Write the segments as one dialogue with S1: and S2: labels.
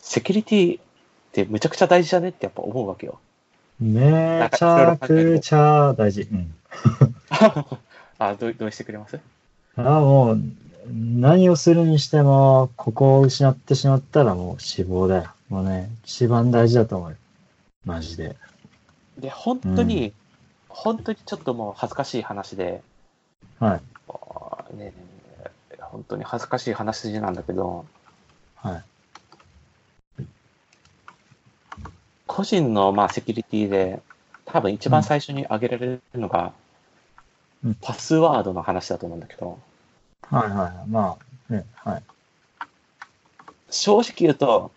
S1: セキュリティってむちゃくちゃ大事だねってやっぱ思うわけ よ。
S2: めちゃくちゃ大事。うん、
S1: あどう、どうしてくれます
S2: あもう、何をするにしても、ここを失ってしまったらもう死亡だよ。もうね、一番大事だと思うよ。マジで。
S1: で、本当に、本当にちょっともう恥ずかしい話で、
S2: はい。
S1: あーねえ本当に恥ずかしい話筋なんだけど、
S2: はい。
S1: 個人のまあセキュリティで、多分一番最初に挙げられるのが
S2: うん、
S1: パスワードの話だと思うんだけど、
S2: はいはい。まあ、ね、はい。
S1: 正直言うと、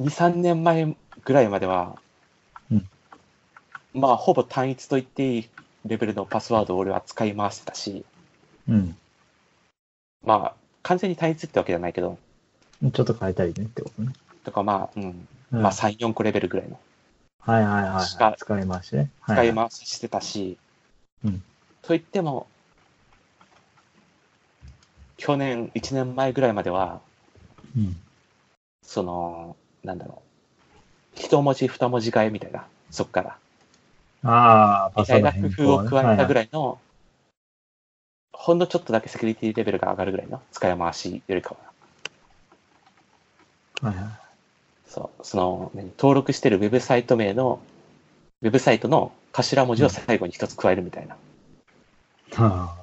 S1: 2、3年前ぐらいまでは、
S2: うん
S1: まあ、ほぼ単一と言っていいレベルのパスワードを俺は使い回してたし、
S2: うん。
S1: まあ、完全に単一ってわけじゃないけど、
S2: ちょっと変えたりねってことね。
S1: とかまあ、うん、
S2: うん
S1: まあ、3、4個レベルぐらいの
S2: はいはいはい
S1: 使
S2: はい。
S1: う
S2: 使い回しね。はいは
S1: 使
S2: い
S1: い回ししてたし、
S2: うん
S1: といっても、去年、1年前ぐらいまでは、
S2: うん。
S1: その、なんだろう、一文字二文字替えみたいな、そっから、
S2: ああ、
S1: み
S2: パス
S1: た
S2: ワ
S1: い
S2: ード
S1: な工
S2: 変
S1: 夫
S2: 更
S1: を
S2: ね
S1: 加えたぐ
S2: はいはい
S1: らいの、ほんのちょっとだけセキュリティレベルが上がるぐらいの使い回しよりかは、
S2: はいはい
S1: そう、その、何登録してるウェブサイト名の、ウェブサイトの頭文字を最後に一つ加えるみたいな。
S2: はあ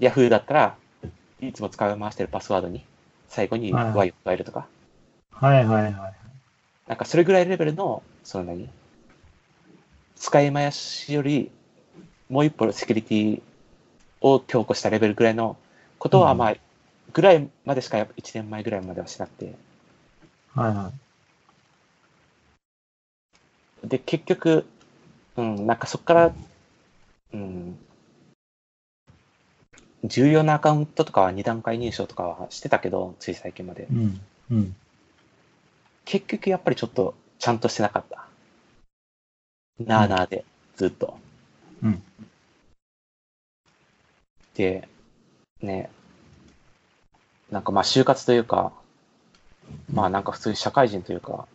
S1: Yahoo だったらいつも使い回してるパスワードに最後に
S2: はい
S1: Y を加えるとか、
S2: はいはいはい。
S1: なんかそれぐらいレベルの、その何、使い回しよりもう一歩セキュリティを強固したレベルぐらいのことは、
S2: うん
S1: まあ、ぐらいまでしかやっぱ1年前ぐらいまではしなくて、
S2: はいはい。
S1: で、結局、うん、なんかそこから、うん、重要なアカウントとかは二段階認証とかはしてたけど、つい最近まで。
S2: うん。うん。
S1: 結局やっぱりちょっとちゃんとしてなかった。なあなあで、ずっと。
S2: うん。
S1: で、ね、なんかまあ就活というか、まあなんか普通に社会人というか、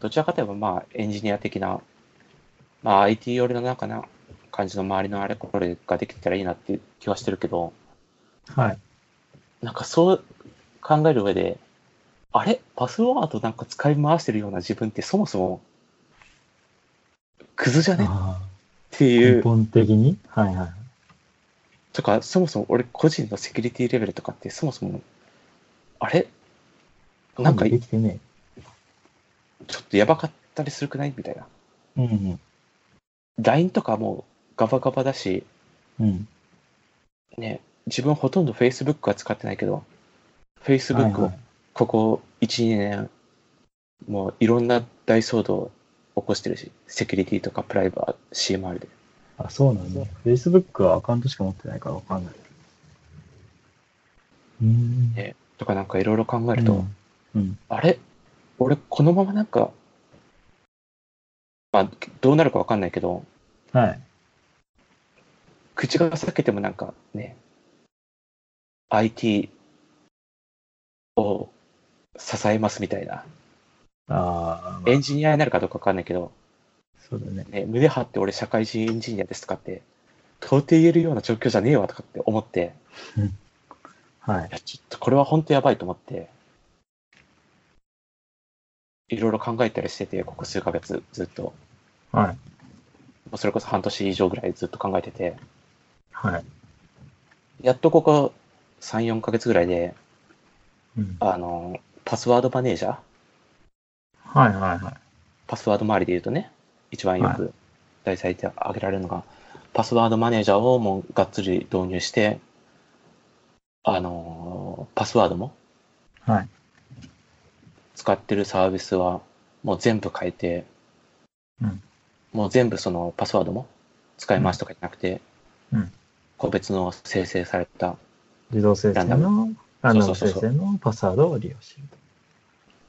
S1: どちらかといえばまあエンジニア的な、まあ IT 寄りのなんかな感じの周りのあれこれができてたらいいなっていう気はしてるけど、
S2: はい。
S1: なんかそう考える上で、あれパスワードなんか使い回してるような自分ってそもそも、クズじゃねっ
S2: ああ
S1: てい
S2: 根
S1: う、
S2: 本的にはいはい。
S1: とか、そもそも俺個人のセキュリティレベルとかってそもそも、あれなんか
S2: できてね
S1: ちょっとやばかったりするくないみたいな。
S2: え。うん。
S1: LINE とかもうガバガバだし、
S2: うん。
S1: ね、自分ほとんど Facebook は使ってないけど、
S2: はい
S1: Facebook
S2: は
S1: を
S2: い
S1: ここ1、2年、もういろんな大騒動を起こしてるし、セキュリティとかプライバシーもあるで。
S2: あ、そうなんだ。Facebook はアカウントしか持ってないからわかんない。うーん。
S1: ねとかなんかいろいろ考えると、
S2: うん。
S1: あれ俺このままなんか、まあどうなるかわかんないけど、
S2: うん。はい。
S1: 口が裂けてもなんかね、IT を支えますみたいな、
S2: ああ、ま
S1: エ
S2: あ、
S1: ンジニアになるかどうかわかんないけど、
S2: そうだね。
S1: ね、胸張って俺社会人エンジニアですとかって、到底言えるような状況じゃねえわとかって思って、
S2: は
S1: い。
S2: い
S1: や、ちょっとこれは本当やばいと思って、いろいろ考えたりしてて、ここ数ヶ月ずっと、も
S2: はい。
S1: うそれこそ半年以上ぐらいずっと考えてて、
S2: はい。
S1: やっとここ3、4ヶ月ぐらいで、
S2: うん。
S1: あの、パスワードマネージャー
S2: はいはいはい。
S1: パスワード周りで言うとね、一番よく題材で挙げられるのが、パスワードマネージャーをもうがっつり導入して、あのーパスワードも
S2: はい。
S1: 使ってるサービスはもう全部変えて、
S2: うん
S1: もう全部そのパスワードも使い回しとかじゃなくて、
S2: うん
S1: 個別の生成された、
S2: 自動生成の、ランダム
S1: そうそ
S2: 生
S1: うそう
S2: 成のパスワードを利用してる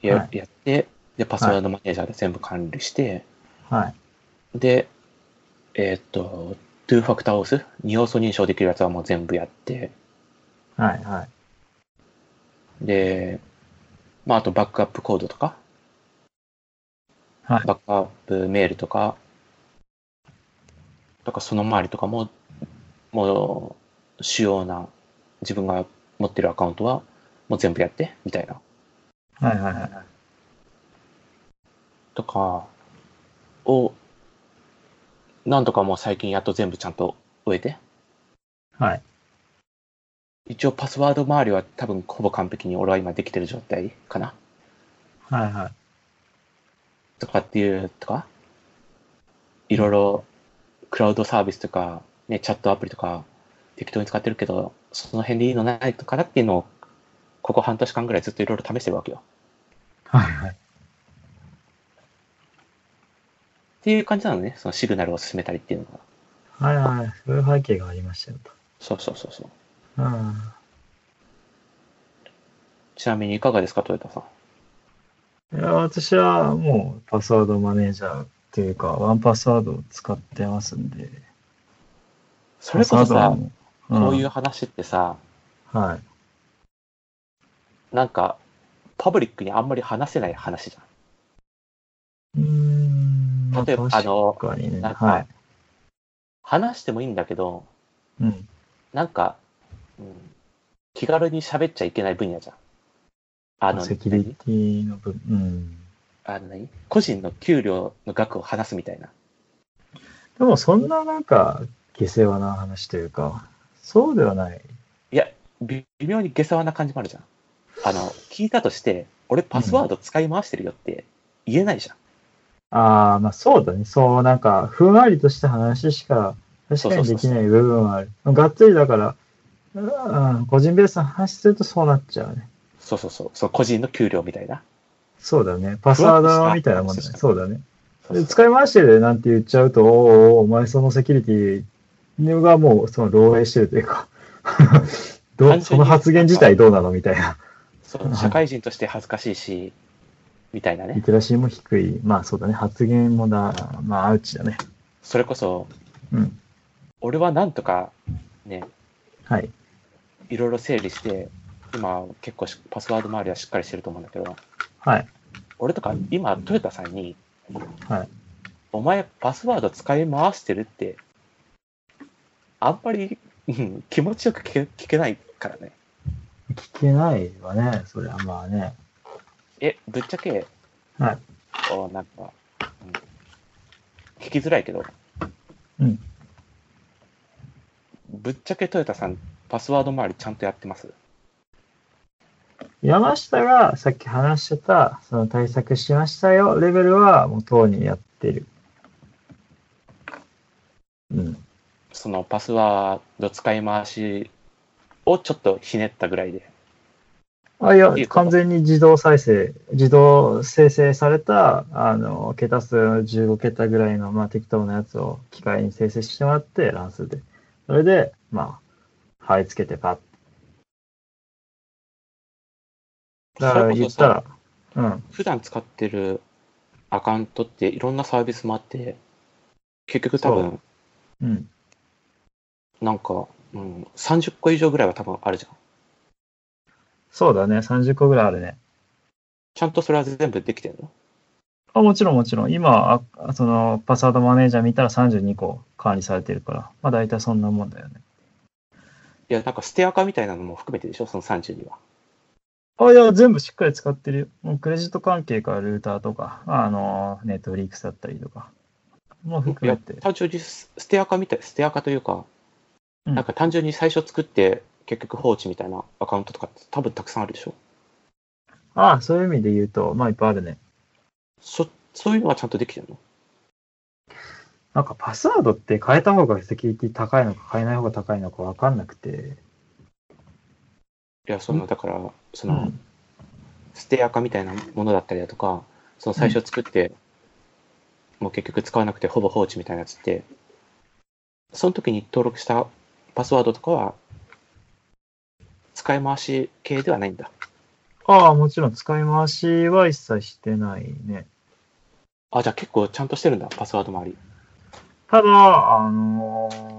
S2: と。
S1: や,、
S2: はい
S1: って、で、パスワードマネージャーで全部管理して、
S2: はい。
S1: で、えーっと、トゥーファクターオース、二要素認証できるやつはもう全部やって、
S2: はいはい。
S1: で、まあ、あとバックアップコードとか、
S2: はい
S1: バックアップメールとか、とかその周りとかも、もう、主要な自分が持ってるアカウントは、もう全部やって、みたいな。
S2: はいはいはい。
S1: とかを、なんとかもう最近やっと全部ちゃんと終えて、
S2: はい。
S1: 一応パスワード周りは多分ほぼ完璧に俺は今できてる状態かな
S2: はいはい。
S1: とかっていうとか、いろいろクラウドサービスとか、ね、チャットアプリとか適当に使ってるけど、その辺でいいのないとかなっていうのを、ここ半年間ぐらいずっといろいろ試してるわけよ。
S2: はいはい。
S1: っていう感じなのね、そのシグナルを進めたりっていうのが。
S2: はいはい。そういう背景がありましたよと。
S1: そうそうそうそう。
S2: うん。
S1: ちなみにいかがですか、トヨタさん。
S2: いや、私はもうパスワードマネージャーっていうか、ワンパスワードを使ってますんで。
S1: それこそ
S2: パスワードは
S1: さ、
S2: もう
S1: こうい
S2: ん
S1: う話ってさ、
S2: はい。
S1: なんか、パブリックにあんまり話せない話じゃ
S2: うーん。ま
S1: 例えばあの
S2: 確かにね。
S1: なんか
S2: はい。
S1: ん。話してもいいんだけど、
S2: うん。
S1: なんか、うん、気軽に喋っちゃいけない分野じゃん。あの、
S2: セキュリティの部分。うん。
S1: あの何個人の給料の額を話すみたいな。
S2: でもそんななんか、下世話な話というか、そうではない。
S1: いや、微微妙に下世話な感じもあるじゃん。あの、聞いたとして、俺パスワード使い回してるよって言えないじゃん。
S2: ああ、まあそうだね。そう、なんか、ふんわりとした話しか、確かにできない部分はある。がっつりだから、うん、個人ベースの話するとそうなっちゃうね。
S1: そうそうそう。その個人の給料みたいな。
S2: そうだね。パスワードみたいなもんだね。
S1: そ
S2: そうだね。
S1: そうそ
S2: で
S1: う
S2: 使い回してるなんて言っちゃうと、おーおーお前そのセキュリティがもうその漏洩してるとい うか、
S1: 単
S2: ど
S1: 純
S2: う
S1: に
S2: その発言自体どうなのみたいな。
S1: そう社会人として恥ずかしいし、みたいな
S2: リ
S1: ね。
S2: テラシーも低い。まあそうだね。発言もだ、まあアウチだね。
S1: それこそ、
S2: うん。
S1: 俺はなんとか、ね、
S2: はい。
S1: いろいろ整理して、今結構しパスワード周りはしっかりしてると思うんだけど、
S2: はい。
S1: 俺とか今トヨタさんに、
S2: はい
S1: お前パスワード使い回してるって、あんまり、うん、気持ちよく聞け聞けないからね。
S2: 聞けないわね。それはまあね。
S1: え、ぶっちゃけ、
S2: はい
S1: おなんか、うん聞きづらいけど、
S2: うん
S1: ぶっちゃけトヨタさん、パスワード周りちゃんとやってます
S2: 山下がさっき話してた、その対策しましたよ、レベルはもうとうにやってる。うん。
S1: そのパスワード使い回しをちょっとひねったぐらいで。
S2: あいや
S1: いい、こと
S2: 完全に自動再生、自動生成された、あの、桁数15桁ぐらいの、まあ、適当なやつを機械に生成してもらって、乱数で。それで、まあ、貼り付けてパッ。だから
S1: それ
S2: 言
S1: こそ
S2: っ
S1: さ
S2: たら、うん。
S1: 普段使ってるアカウントっていろんなサービスもあって、結局多分、
S2: うん。
S1: なんか、うん、30個以上ぐらいは多分あるじゃん。
S2: そうだね、30個ぐらいあるね。
S1: ちゃんとそれは全部できてるの
S2: あもちろんもちろん。今、あそのパスワードマネージャー見たら32個管理されてるから、まあ大体そんなもんだよね。
S1: いや、なんかステアカみたいなのも含めてでしょその32は。
S2: あ、いや、全部しっかり使ってるよ。もうクレジット関係からルーターとか、あの、ネットフリックスだったりとか、もう
S1: い
S2: 含め
S1: や
S2: て。、
S1: 単純にスステアカみたい、ステアカというか、
S2: うん
S1: なんか単純に最初作って結局放置みたいなアカウントとかって多分たくさんあるでしょ
S2: ああ、そういう意味で言うと、まあいっぱいあるね。
S1: そそういうのはちゃんとできてるの
S2: なんかパスワードって変えた方がセキュリティ高いのか変えない方が高いのかわかんなくて。
S1: いや、その、だから、そうの、
S2: ん。
S1: ステアカみたいなものだったりだとか、その最初作って、もう結局使わなくてほぼ放置みたいなやつって、その時に登録したパスワードとかは、使い回し系ではないんだ。
S2: ああ、もちろん使い回しは一切してないね。
S1: あ、じゃあ結構ちゃんとしてるんだ、パスワード周り。
S2: ただ、あのー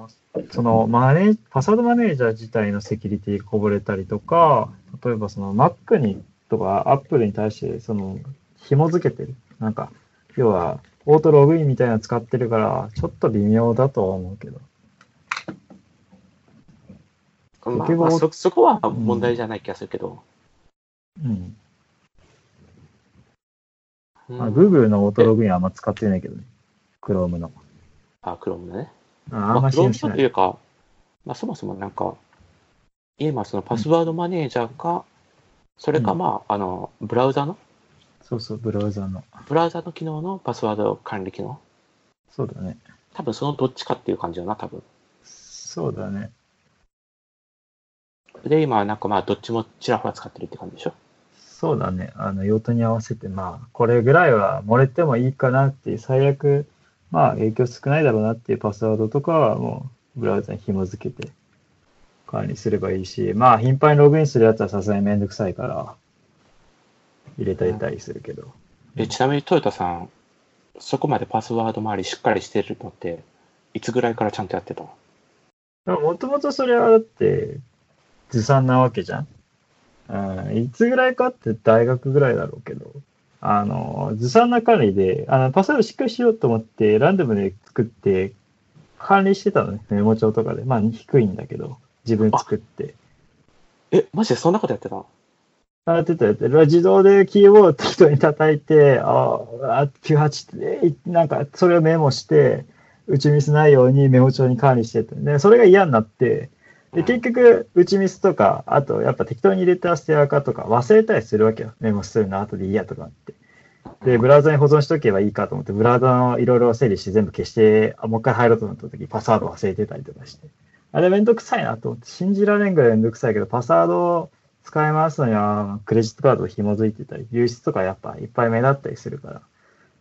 S2: そのマネーパスワードマネージャー自体のセキュリティがこぼれたりとか、例えばその Mac にとかアップルに対して、その、紐付けてる。なんか、要は、オートログインみたいなの使ってるから、ちょっと微妙だとは思うけど。
S1: まあ
S2: 結局
S1: まあそ、そこは問題じゃない気がするけど。
S2: うん。
S1: うん
S2: まあ、Google のオートログインはあんま使ってないけどね。Chrome の。
S1: あ、クロームのね。
S2: あ
S1: ま
S2: あん
S1: あ、
S2: ま
S1: ク
S2: し
S1: ローム
S2: し
S1: 社
S2: な
S1: と
S2: い。
S1: いうか、まあ、そもそもなんか、今そのパスワードマネージャーか、それか
S2: うん
S1: まあ、あの、ブラウザの、
S2: そうそう、ブラウザの。
S1: ブラウザの機能のパスワード管理機能。
S2: そうだね。
S1: 多分そのどっちかっていう感じだな、多分。
S2: そうだね。
S1: で、今はなんかまあ、どっちもちらほら使ってるって感じでしょ。
S2: そうだね。あの、用途に合わせて、まあ、これぐらいは漏れてもいいかなっていう、最悪、まあ、影響少ないだろうなっていうパスワードとかは、もう、ブラウザに紐付けて管理すればいいし、まあ、頻繁にログインするやつはさすがにめんどくさいから、入れたりたりするけど。
S1: えちなみにトヨタさん、そこまでパスワード周りしっかりしてるのって、いつぐらいからちゃんとやってたの
S2: でもともとそれはだって、ずさんなわけじゃん。うん、いつぐらいかって大学ぐらいだろうけど、あの、ずさんな管理で、あの、パスワードしっかりしようと思って、ランダムで作って、管理してたのね、メモ帳とかで。まあ、低いんだけど、自分作って。
S1: え、マジでそんなことやってたの
S2: あ、てたやってる。自動でキーボード適当に叩いて、ああ、98って、えなんか、それをメモして、打ちミスないようにメモ帳に管理してて。で、それが嫌になって、
S1: う
S2: で、
S1: ん
S2: 結局、打ちミスとか、あと、やっぱ適当に入れたステアカとか忘れたりするわけよ。メモするの後でいいやとかって。で、ブラウザに保存しとけばいいかと思って、ブラウザのいろいろ整理して全部消して、あもう一回入ろうと思った時、パスワード忘れてたりとかして。あれめんどくさいなと思って、信じられんぐらいめんどくさいけど、パスワードを使い回すのには、クレジットカードを紐づいてたり、流出とかやっぱいっぱい目立ったりするから、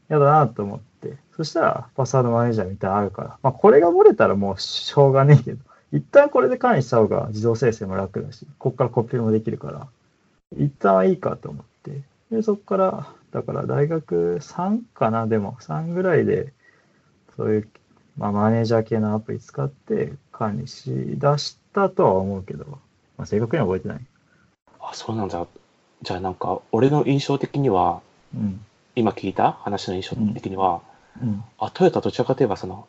S2: やだなと思って、そしたらパスワードマネージャーみたいなのあるから、まあこれが漏れたらもうしょうがねえけど、一旦これで管理した方が自動生成も楽だし、こっからコピーもできるから、一旦はいいかと思って、で、そっから、だから大学3かな、でも3ぐらいで、そういう、まあ、マネージャー系のアプリ使って管理し出したとは思うけど、まあ、正確には覚えてない。
S1: あ、そうなんだ。じゃあなんか、俺の印象的には、
S2: うん。
S1: 今聞いた話の印象的には、
S2: うん。
S1: あ、トヨタどちらかといえばその、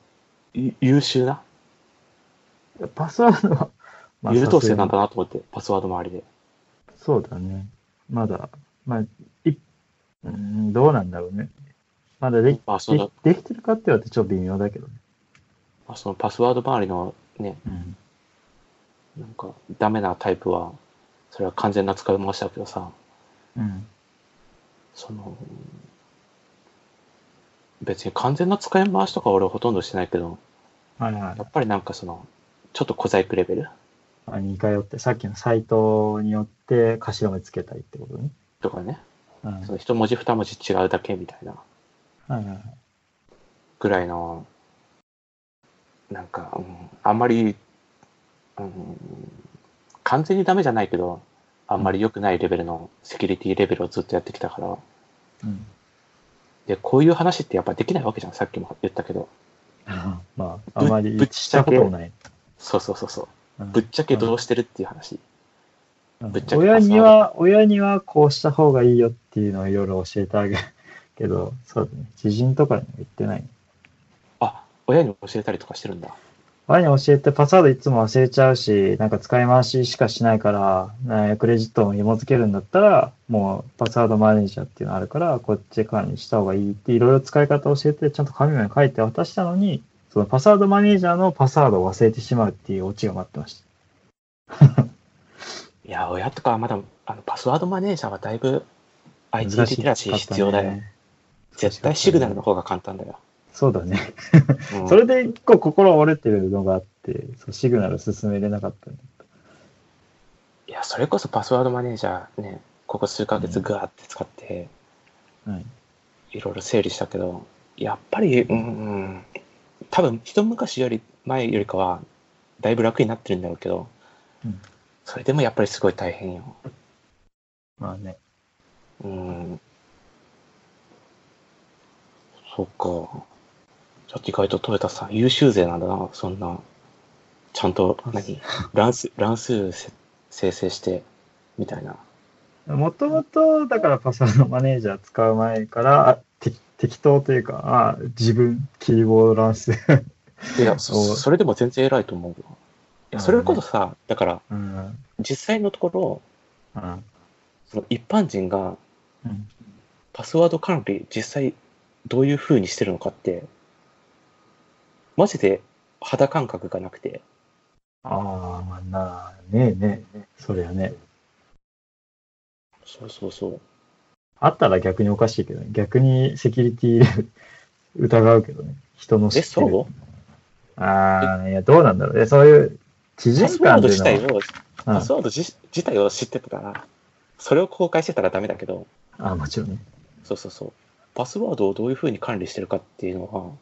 S1: ゆ優秀な、
S2: パスワードは、 まあ
S1: 優等生なん
S2: さ
S1: だなと思って、パスワード周りで。
S2: すがにそうだね。まだ、まあ、い、うーん、どうなんだろうね。まだでき、
S1: まあ、そ
S2: で
S1: の、
S2: できてるかって言われてちょっと微妙だけどね。
S1: まあそのパスワード周りのね、
S2: うん。
S1: なんか、ダメなタイプは、それは完全な使い回しだけどさ、
S2: うん。
S1: その、別に完全な使い回しとか俺はほとんどしてないけど、
S2: はいはい
S1: や。っぱりなんかその、ちょっと小細工レベル
S2: あ似通って、さっきのサイトによって頭目つけたりってことね。
S1: とかね、
S2: うん。
S1: その一文字二文字違うだけみたいな
S2: はいはいはい。
S1: ぐらいの、なんか、うん、あんまり、うん、完全にダメじゃないけど、あんまり良くないレベルのセキュリティレベルをずっとやってきたから、
S2: うん。
S1: で、こういう話ってやっぱできないわけじゃん、さっきも言ったけど。
S2: まあ、あ
S1: ぶ
S2: まり
S1: ぶっ
S2: し
S1: ちゃ
S2: たこ
S1: け
S2: ともない。
S1: そうそうそうそう。
S2: うん
S1: ぶっちゃけどうしてるっていう話。
S2: うん
S1: ぶっちゃけ
S2: 親には、親にはこうした方がいいよっていうのをいろいろ教えてあげるけど、そうだね。知人とかには言ってない。
S1: あ、親に教えたりとかしてるんだ。
S2: 親に教えてパスワードいつも忘れちゃうし、なんか使い回ししかしないから、なクレジットを紐付けるんだったら、もうパスワードマネージャーっていうのあるから、こっち管理した方がいいっていろいろ使い方を教えて、ちゃんと紙まで書いて渡したのに、そのパスワードマネージャーのパスワードを忘れてしまうっていうオチが待ってました。
S1: いや、親とかはまだ、あの、パスワードマネージャーはだいぶ IT リテラシー必要だよ。
S2: ね。
S1: 絶対シグナルの方が簡単だよ。
S2: そうだね。
S1: うん
S2: それで一個心折れてるのがあって、そうシグナル進めれなかったんだ
S1: いや、それこそパスワードマネージャーね、ここ数ヶ月
S2: うん
S1: ガーって使って、
S2: はい。
S1: いろいろ整理したけど、やっぱり、うん、うん、多分一昔より前よりかは、だいぶ楽になってるんだろうけど、
S2: うん
S1: それでもやっぱりすごい大変よ。
S2: まあね。
S1: うん。そっか。じゃあ意外とトヨタさん優秀勢なんだな、そんな。ちゃんと
S2: あ
S1: 何、乱数、乱数せ生成して、みたいな。
S2: もともと、だからパソコンのマネージャー使う前から、あて適当というか、あ自分、キーボード乱数。
S1: いや、そ
S2: そう
S1: それでも全然偉いと思うわ。いや、それこそさ、だから、
S2: うん。うん。
S1: 実際のところ、
S2: うん。
S1: その一般人がパスワード管理、実際どういう風にしてるのかって、マジで肌感覚がなくて、
S2: ああ、なあ、ねえねえ、そりゃね。
S1: そうそうそう。
S2: あったら逆におかしいけどね。逆にセキュリティ疑うけどね。人の知
S1: え、
S2: ってる
S1: そう
S2: ああ、いや、どうなんだろう。え、そういう、知
S1: パ
S2: 人
S1: スワー
S2: 感
S1: ド
S2: で
S1: 自
S2: のは
S1: 体を、
S2: うん
S1: パスワード自自体を知ってたら、それを公開してたらダメだけど、
S2: あもちろんね。
S1: そうそうそう。パスワードをどういうふうに管理してるかっていうの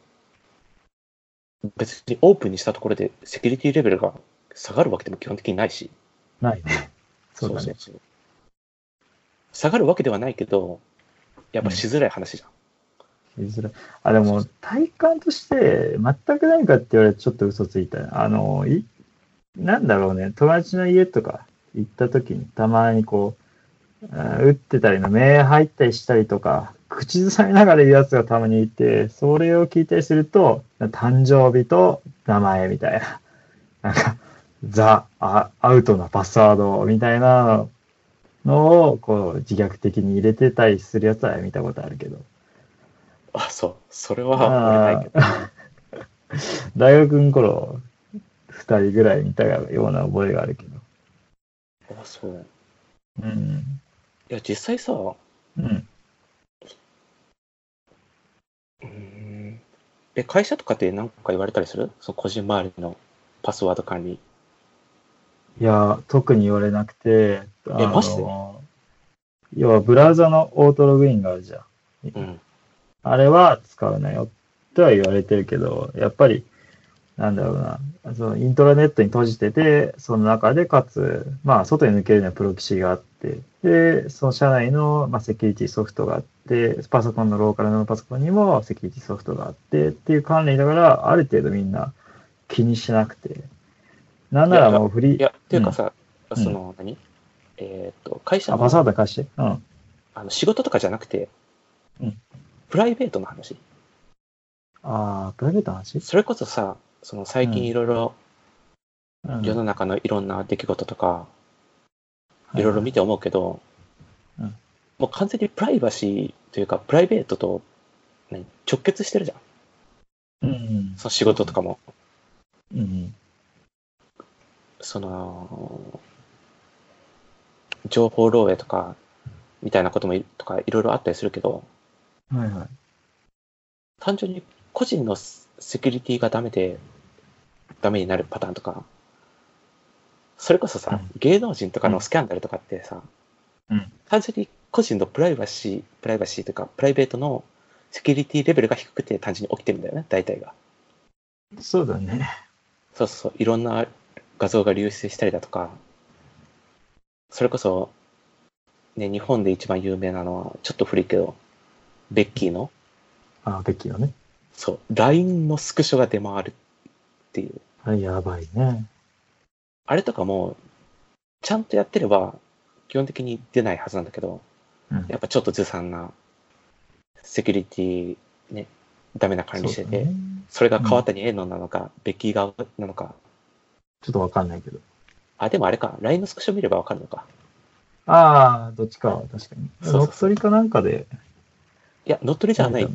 S1: は、別にオープンにしたところでセキュリティレベルが下がるわけでも基本的にないし、
S2: ないね。そうだね。
S1: そうそう下がるわけではないけど、やっぱしづらい話じゃん。
S2: 言いづらいあ、でも、体感として、全く何かって言われてちょっと嘘ついたな。あの、い、なんだろうね、友達の家とか行った時に、たまにこう、あー打ってたりの、目入ったりしたりとか、口ずさみながら言うやつがたまにいて、それを聞いたりすると、誕生日と名前みたいな。なんか、ザ・アアウトなパスワードみたいなのを、こう、自虐的に入れてたりするやつは見たことあるけど。
S1: あ、そう。それ
S2: あ
S1: は、
S2: あー大学の頃、二人ぐらい見たような覚えがあるけど。
S1: 俺ないけど。あ、そう。
S2: うん。
S1: いや、実際さ、う
S2: うん。
S1: ーん。え、会社とかって何か言われたりするその個人周りのパスワード管理。
S2: いや、特に言われなくて、あ
S1: マジで
S2: 要はブラウザのオートログインがあるじゃん。
S1: うん。
S2: あれは使うなよとは言われてるけど、やっぱり、なんだろうな、そのイントラネットに閉じてて、その中でかつ、まあ、外に抜けるにはプロキシがあって、で、その社内の、まあ、セキュリティソフトがあって、パソコンのローカルのパソコンにもセキュリティソフトがあってっていう管理だから、ある程度みんな気にしなくて。なんならもうフリ
S1: い
S2: ー、
S1: や、っていうかさ、
S2: ん
S1: その、何えーっと、会社
S2: あ、
S1: の
S2: パスワード貸して。うん。
S1: あの仕事とかじゃなくて、
S2: うん
S1: プライベートの話。
S2: ああ、プライベートの話
S1: それこそさ、その最
S2: う
S1: 近
S2: ん
S1: いろいろ
S2: うん
S1: 世の中のいろんな出来事とか、いろいろ見て思うけど、
S2: うん
S1: もう完全にプライバシーというか、プライベートと何直結してるじゃん。
S2: うん。
S1: その仕事とかも。
S2: うん。
S1: その、情報漏洩とか、みたいなこともいとかいろいろあったりするけど、
S2: はいはい。
S1: 単純に個人のセセキュリティがダメで、ダメになるパターンとか、それこそさ、
S2: う
S1: 芸能人とかのスキャンダルとかってさ、
S2: うん
S1: 単純に個人のプライバシー、プライバシーというか、プライベートのセキュリティレベルが低くて単純に起きてるんだよね、大体が。
S2: そうだね。
S1: そうそうそう、いろんな画像が流出したりだとか、それこそ、ね、日本で一番有名なのは、ちょっと古いけど、ベッキーの、
S2: あ、ベッキーのね。
S1: そう、LINE のスクショが出回るっていう。
S2: あれやばいね。
S1: あれとかも、ちゃんとやってれば、基本的に出ないはずなんだけど、
S2: うん
S1: やっぱちょっとずさんな、セキュリティ、ね、ダメな管理して
S2: そう
S1: て、
S2: だ
S1: そ,、れ
S2: ね
S1: が川谷絵音なのか、ベッキー側なのか、
S2: ちょっとわかんないけど。
S1: あ、でもあれか、LINE のスクショ見ればわかるのか。
S2: ああ、どっちかは確かに。
S1: そうそうそう
S2: 乗っ取りかなんかで。
S1: いや、乗っ取りじゃない、
S2: 乗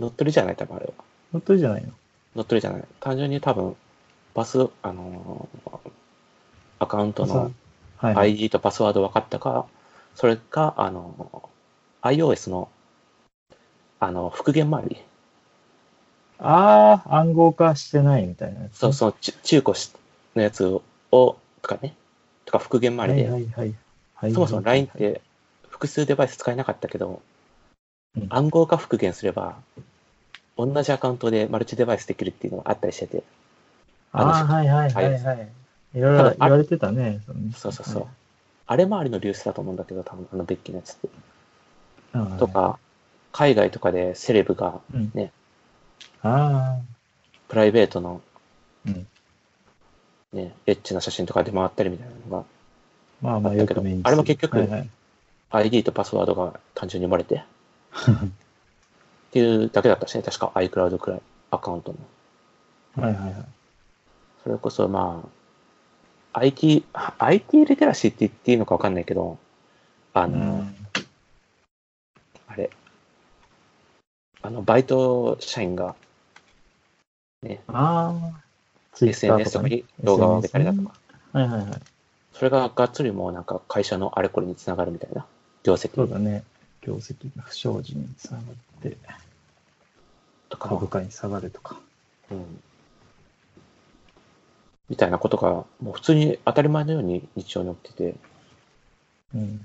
S1: 乗っ取りじゃない、多分あれは。
S2: っ取りじゃないの。
S1: 乗っ取りじゃない。単純に多分、パス、あのーアカウント
S2: パスワ
S1: の
S2: ードはい、はい。
S1: ID とパスワード分かったか、それか、あのー iOS の、あの、復元周り。
S2: ああ、暗号化してないみたいなやつ。
S1: そうそう、ち中古しのやつを、とかね、とか復元
S2: う
S1: 周
S2: は
S1: りで、
S2: いはいはい。はい
S1: そもそも LINE っ
S2: はい
S1: て複数デバイス使えなかったけど、
S2: うん
S1: 暗号化復元すれば、同じアカウントでマルチデバイスできるっていうのがあったりしてて、あ
S2: あ
S1: の
S2: あ、はいはいはいはい。いろいろ言われてたね。そのね
S1: そうそうそう。。あれ周りの流出だと思うんだけど、多分あのベッキーのやつって。
S2: はい
S1: と。か、海外とかでセレブが
S2: うん
S1: ね。
S2: あ
S1: プライベートの、
S2: うん
S1: ね、エッチな写真とか出回ったりみたいなのが、
S2: あ、まあまあ
S1: あった
S2: よ
S1: けど
S2: く目に
S1: あれも結局
S2: はいはい
S1: ID とパスワードが単純に漏れて。っていうだけだったしね、確か iCloud くらい、アカウントも。
S2: はいはいはい。
S1: それこそまあ、IT、IT リテラシーって言っていいのかわかんないけど、あ
S2: う
S1: の、
S2: ん。
S1: あれ、あの、バイト社員が
S2: ああ。Twitter
S1: SNS とかに動画を上げたりだと
S2: SNS ね
S1: か、
S2: はいはいはい。
S1: それががっつりもうなんか会社のあれこれにつながるみたいな、業
S2: そう
S1: 績
S2: だね。業績が不祥事につながって、
S1: とか、
S2: 株価に下がるとか。
S1: うん、みたいなことが、もう普通に当たり前のように日常に起きてて、
S2: うん。
S1: うん、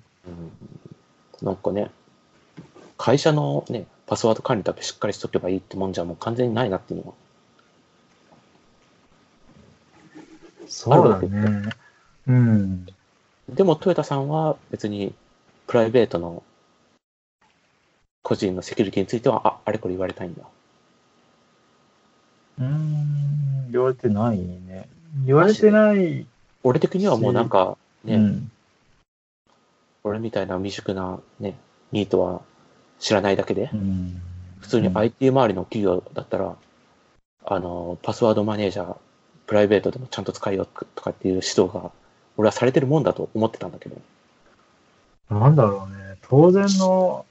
S1: なんかね、会社のね、パスワード管理だけしっかりしとけばいいってもんじゃもう完全にないなっていうのは、
S2: そうだね。うん。
S1: でも、トヨタさんは別にプライベートの個人のセキュリティについては、ああれこれ言われたいんだ。
S2: うーん、言われてないね。言われてない。
S1: 俺的にはもうなんか、ね、
S2: うん。
S1: 俺みたいな未熟な、ね、ニートは知らないだけで、
S2: うん
S1: 普通に IT 周りの企業だったら、あの、パスワードマネージャー、プライベートでもちゃんと使いよとかっていう指導が、俺はされてるもんだと思ってたんだけど、
S2: なんだろうね。当然の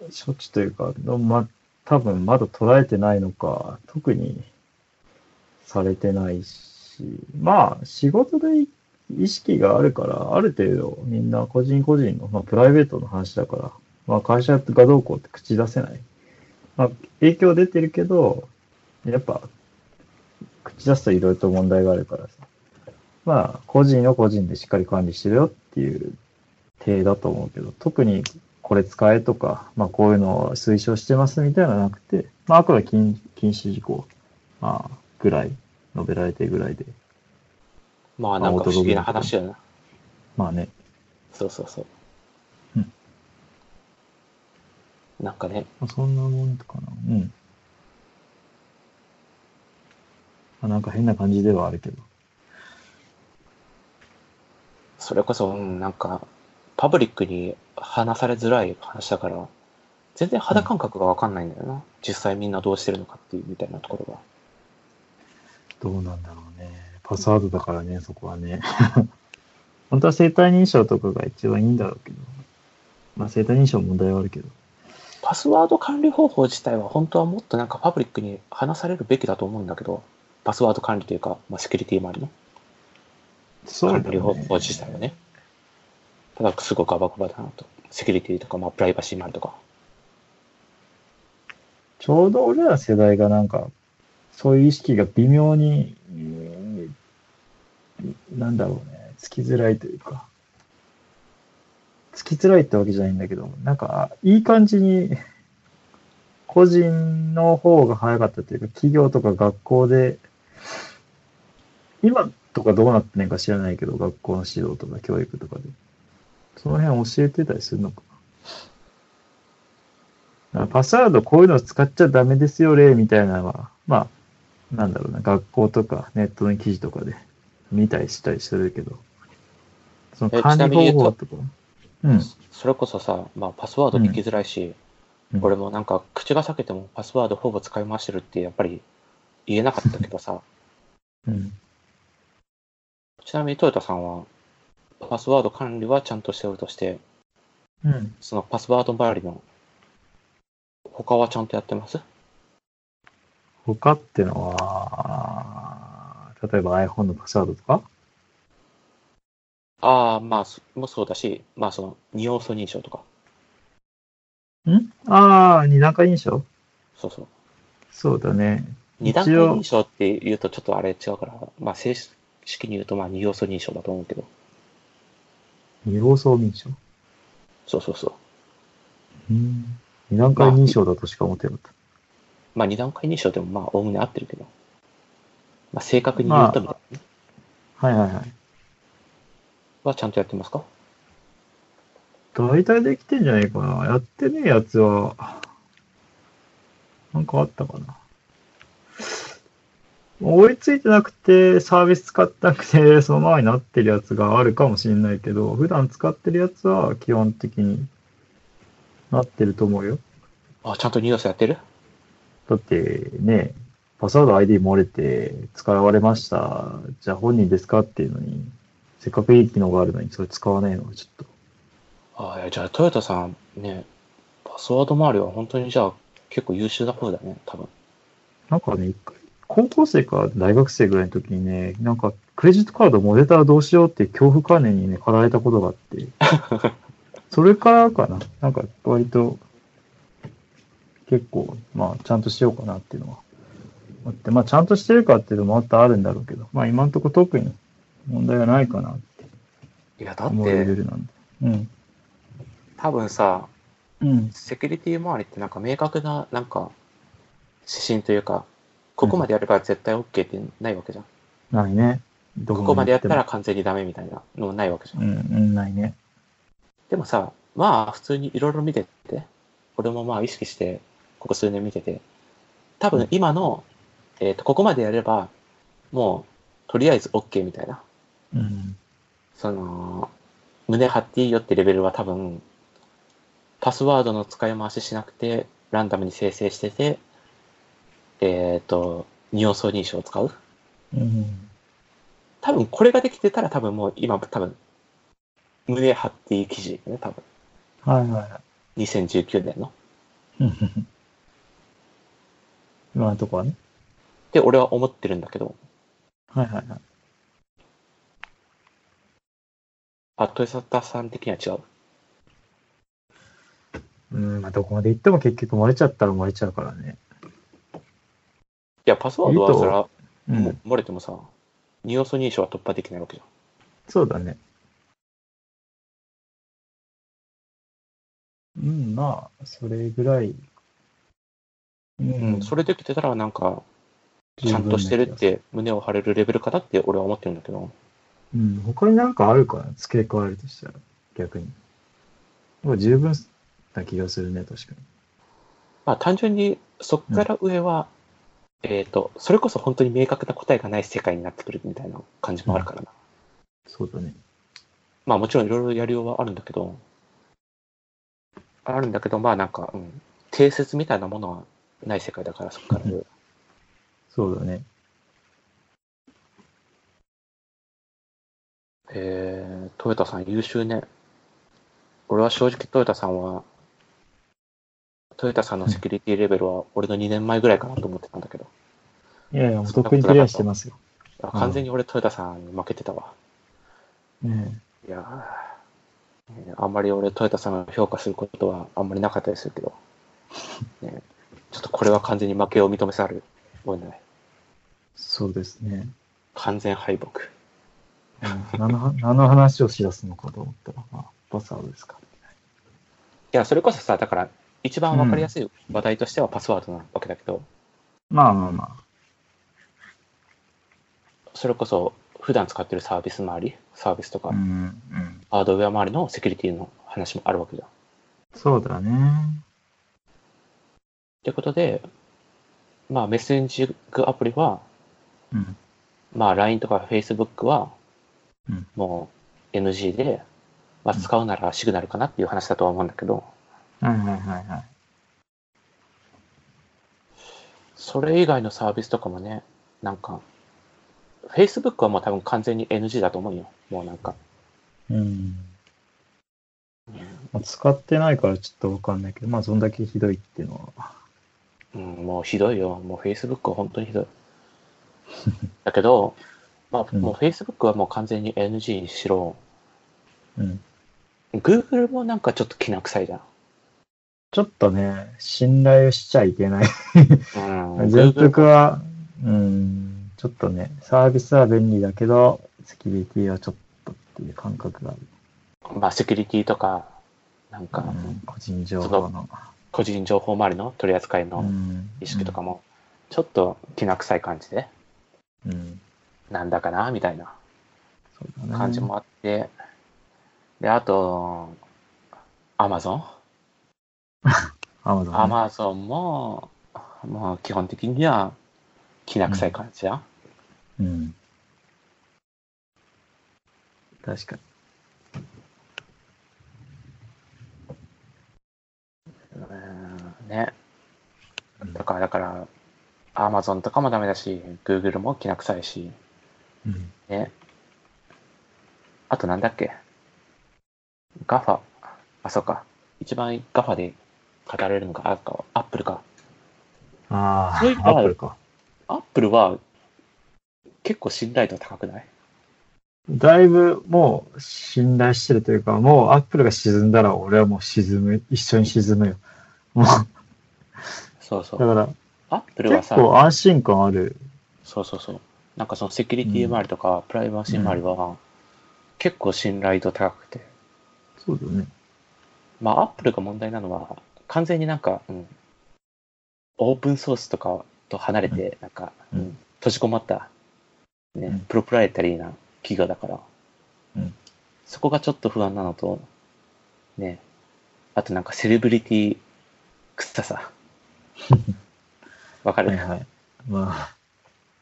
S2: 処置というか、のま、多分まだ捉えてないのか、特にされてないし、まあ、仕事でい意識があるから、ある程度みんな個人個人の、まあ、プライベートの話だから、まあ、会社がどうこうって口出せない。まあ、影響出てるけど、やっぱ、口出すといろいろと問題があるからさ。まあ、個人を個人でしっかり管理してるよっていう体だと思うけど、特にこれ使えとか、まあこういうのを推奨してますみたいなのはなくて、まああくは禁禁止事項、まあぐらい、述べられてぐらいで、
S1: まあなんか不思議な話だな。
S2: まあね、
S1: そうそうそう。
S2: うん
S1: なんかね、
S2: まあ、そんなもんかな。うん。まあ、なんか変な感じではあるけど。
S1: それこそ、うん、なんか、パブリックに話されづらい話だから、全然肌感覚がわかんないんだよな。実際みんなどうしてるのかっていうみたいなところが。
S2: どうなんだろうね。パスワードだからね、そこはね。 本当は生体認証とかが一番いいんだろうけど。まあ生体認証問題はあるけど。
S1: パスワード管理方法自体は本当はもっとなんかパブリックに話されるべきだと思うんだけど、パスワード管理というか、まあ、セキュリティ周りの
S2: そ
S1: 管理方法自体はね。ただ、すごくアバクバだなと。セキュリティとか、まあ、プライバシー周りとか。
S2: ちょうど俺ら世代がなんか、そういう意識が微妙に、うんなんだろうね、つきづらいというか、つきづらいってわけじゃないんだけど、なんか、いい感じに、個人の方が早かったというか、企業とか学校で、今とかどうなってんのか知らないけど、学校の指導とか教育とかで、その辺教えてたりするのかあパスワードこういうの使っちゃダメですよ、例みたいなのは、まあ、なんだろうな、学校とかネットの記事とかで見たりしたりするけど、その
S1: え
S2: 管理
S1: ちなみに
S2: 方
S1: 言う
S2: 法
S1: と
S2: とか。うん。
S1: それこそさ、まあ、パスワード聞きづらいし、
S2: うん
S1: 俺もなんか口が裂けてもパスワードほぼ使い回してるってやっぱり言えなかったけど さ、
S2: うん。
S1: ちなみにトヨタさんは、パスワード管理はちゃんとしておるとして、
S2: うん。
S1: そのパスワード周りの、他はちゃんとやってます
S2: 他ってのは、例えば iPhone のパスワードとか
S1: ああ、まあ、そもそうだし、まあその二要素認証とか、
S2: んああ、二段階認証
S1: そうそう。
S2: そうだね。
S1: 二段階
S2: 一応
S1: 認証って言うとちょっとあれ違うから、まあ正式に言うとまあ二要素認証だと思うけど、
S2: 二要素認証。
S1: そうそうそう。
S2: うん。二段階認証だとしか思ってなかった。
S1: まあ二段階認証でもまあおおむね合ってるけど、まあ正確に言うとみたいなね、
S2: はいはいはい。
S1: はちゃんとやってますか
S2: 大体できてんじゃないかな。やってねえやつは、なんかあったかな。追いついてなくてサービス使ってなくてそのままになってるやつがあるかもしれないけど普段使ってるやつは基本的になってると思うよ
S1: あ、ちゃんとニュースやってる
S2: だってねパスワード ID 漏れて使われましたじゃあ本人ですかっていうのにせっかくいい機能があるのにそれ使わないのはちょっと
S1: あいやじゃあトヨタさんね、パスワード周りは本当にじゃあ結構優秀な方だね、多分。
S2: なんかね、一回、高校生か大学生ぐらいの時にね、なんか、クレジットカード漏れたらどうしようっていう恐怖観念にね、駆られたことがあって、それからかな、なんか、割と、結構、まあ、ちゃんとしようかなっていうのは。あって、まあ、ちゃんとしてるかっていうのもまたあるんだろうけど、まあ、今んとこ特に問題はないかなって
S1: いや、だっ
S2: 思うレベ
S1: て
S2: ルなんで。うん。
S1: 多分さ、
S2: うん。
S1: セキュリティ周りってなんか明確ななんか指針というか、ここまでやれば絶対 OK ってないわけじゃん。
S2: ないね。ど
S1: ここまでやったら
S2: こ
S1: 完全にダメみたいなのないわけじゃん。
S2: までやっても。うん、うん、ないね。
S1: でもさ、まあ普通にいろいろ見てて、俺もまあ意識して、ここ数年見てて、多分今の、えっ、と、ここまでやれば、もう、とりあえず OK みたいな、
S2: うん。
S1: その、胸張っていいよってレベルは多分、パスワードの使い回ししなくて、ランダムに生成してて、えっ、と、二要素認証を使う。
S2: うん。
S1: 多分これができてたら多分もう今多分、胸張っていい記事だよね、多分。
S2: はいはい。
S1: 2019年の。
S2: うん今のとこはね。
S1: って俺は思ってるんだけど、
S2: はいはいはい。
S1: あ、トヨタさん的には違う。
S2: うん、まあ、どこまで行っても結局漏れちゃったら漏れちゃうからね。
S1: いや、パスワードは
S2: い
S1: い
S2: と
S1: それは、
S2: う
S1: もう漏れてもさ、二要素認証は突破できないわけじ
S2: そうだね。うん、まあ、それぐらい。う
S1: ゃん。それできてたら、なんか、ちゃんとしてるっ。
S2: 十分な気がす
S1: て胸を張れるレベルかなって俺は思ってるんだけど、
S2: うん、他になんかあるかな付け加えるとしたら、逆に。もう十分な気がするね、確か
S1: まあ単純にそっから上は、えっ、と、それこそ本当に明確な答えがない世界になってくるみたいな感じもあるからな。
S2: に。そうだね。
S1: まあもちろんいろいろやりようはあるんだけど、あるんだけど、まあなんか、うん、定説みたいなものはない世界だから、そこから上は。
S2: そうだね。
S1: えー、トヨタさん優秀ね。俺は正直トヨタさんは、トヨタさんのセキュリティレベルは俺の2年前ぐらいかなと思ってたんだけど、
S2: いやいや、もうとっくにクリアしてますよ。
S1: あ完全に俺トヨタさんに負けてたわ。
S2: ねえ
S1: いやーねあんまり俺トヨタさんを評価することはあんまりなかったりするけど、ねちょっとこれは完全に負けを認めざるを得ない。
S2: そうですね。
S1: 完全敗北。
S2: うん何の 話何の話をしだすのかと思ったら、まあ、パスワードですか。
S1: いや、それこそさ、だから一番わかりやすい話題としてはパスワードなわけだけど、
S2: まあまあま
S1: それこそ普段使ってるサービス周り、サービスとか、
S2: あ。うん、うん。
S1: ハードウェア周りのセキュリティの話もあるわけじゃん。っ
S2: そうだね。
S1: てことで、まあメッセンジングアプリは、
S2: うん。
S1: まあ LINE とか Facebook は
S2: うん、
S1: もう NG で、まあ
S2: うん
S1: 使うならシグナルかなっていう話だとは思うんだけど、
S2: はいはいはいはい。
S1: それ以外のサービスとかもね、なんか、Facebook はもう多分完全に NG だと思うよ。もうなんか。
S2: うん。まあ、使ってないからちょっとわかんないけど、まあ、そんだけひどいっていうのは。
S1: うん、もうひどいよ。もう Facebook は本当にひ どい。だけど、まあ、
S2: うん
S1: もう Facebook はもう完全に NG にしろ、
S2: うん。
S1: Google もなんかちょっときな臭いじゃん。
S2: ちょっとね、信頼をしちゃいけない。
S1: うん、
S2: 全
S1: Google
S2: 幅は、うん、ちょっとね、サービスは便利だけど、セキュリティはちょっとっていう感覚がある。
S1: まあ、セキュリティとか、なんか、
S2: うん、個人情報の。
S1: 個人情報周りの取り扱いの
S2: ん
S1: 意識とかも、ちょっときな臭い感じで、
S2: うん。
S1: なんだかな、みたいな
S2: そうだね
S1: 感じもあって、で、あと、Amazon?Amazon、
S2: アマゾンね。
S1: Amazon も、もう基本的には、きな臭い感じや。
S2: うん。確か
S1: うん、ね。
S2: に。
S1: だから、だから、アマゾンとかもダメだし、Google もきな臭いし、
S2: うん。
S1: ね。あとなんだっけ ?GAFA。あ、そうか。一番 GAFA で語れるのが、あか、アップルか。
S2: あ
S1: そういえ
S2: あ、
S1: ば
S2: アップルか。
S1: アップルは結構信頼度高くない
S2: だいぶもう信頼してるというか、もうアップルが沈んだら俺はもう沈む、一緒に沈むよ。もう、
S1: そうそ
S2: だ
S1: う。
S2: から
S1: アップルは
S2: 結
S1: さ、
S2: 構安心感ある。
S1: そうそうそう。なんかそのセキュリティ周りとか、プライバシー周りは結構信頼度高くて。
S2: そうだね。
S1: まあ、アップルが問題なのは、完全になんか、うん、オープンソースとかと離れて、なんか、
S2: うん
S1: うん閉じこまった、ね
S2: うん
S1: プロプライタリーな企業だから、
S2: うん
S1: そこがちょっと不安なのと、ね、あとなんかセレブリティ臭 さ。わか
S2: は
S1: る、
S2: いはい。まあ、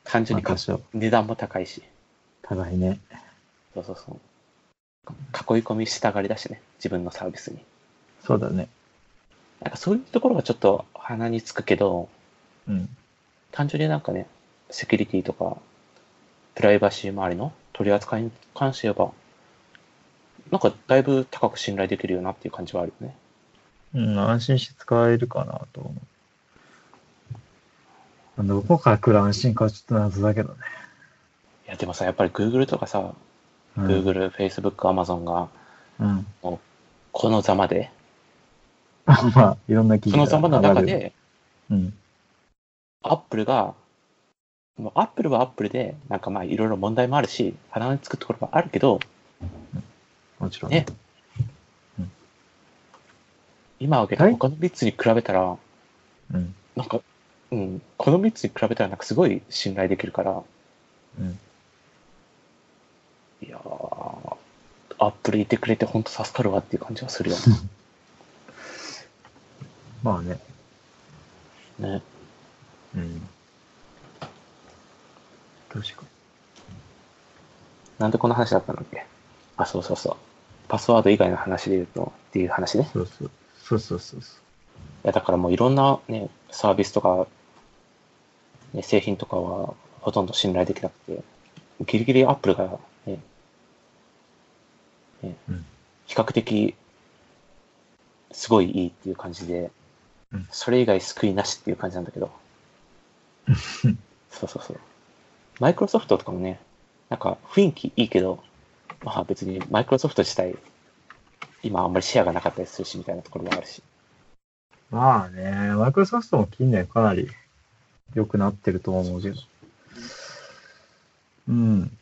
S1: 単純
S2: まあ
S1: にか
S2: 多少
S1: 値段も高いし、
S2: 高いね。
S1: そうそうそう。か囲い込みしたがりだしね、自分のサービスに。
S2: そうだね。
S1: なんかそういうところがちょっと鼻につくけど、
S2: うん。
S1: 単純になんかね、セキュリティとか、プライバシー周りの取り扱いに関して言えば、なんかだいぶ高く信頼できるよなっていう感じはあるよね。
S2: うん、安心して使えるかなと思う。どこから来る安心かはちょっと謎だけどね。
S1: いや、でもさ、やっぱり Google とかさ、
S2: うん。
S1: Google、Facebook、Amazon が、
S2: うん。
S1: このざまで、
S2: まあ、いろんな企
S1: そ
S2: 業
S1: のざまの中。で、
S2: うん。
S1: Apple が、もう Apple は Apple で、なんかまあいろいろ問題もあるし、鼻につくところもあるけど、
S2: もちろん。
S1: ね今は
S2: はい
S1: 他の3つに比べたら、
S2: うん。
S1: なんか、うん、この3つに比べたらなんかすごい信頼できるから、
S2: うん。
S1: いやー、アップルいてくれて本当助かるわっていう感じはするよ
S2: まあね。
S1: ね。ね
S2: うん。確か
S1: なんでこの話だったんだっけあ、そうそうそう。パスワード以外の話で言うと、っていう話ね。
S2: そうそう。そうそうそうそ
S1: いや、だからもういろんなね、サービスとか、ね、製品とかはほとんど信頼できなくて、ギリギリアップルがね、ね
S2: うん
S1: 比較的、すごいいいっていう感じで
S2: うん、
S1: それ以外救いなしっていう感じなんだ けど。そうそうそう。マイクロソフトとかもね、なんか雰囲気いいけど、まあ別にマイクロソフト自体、今あんまりシェアがなかったりするしみたいなところもあるし。
S2: う。まあね、マイクロソフトも近年かなり良くなってると思うけど。うん。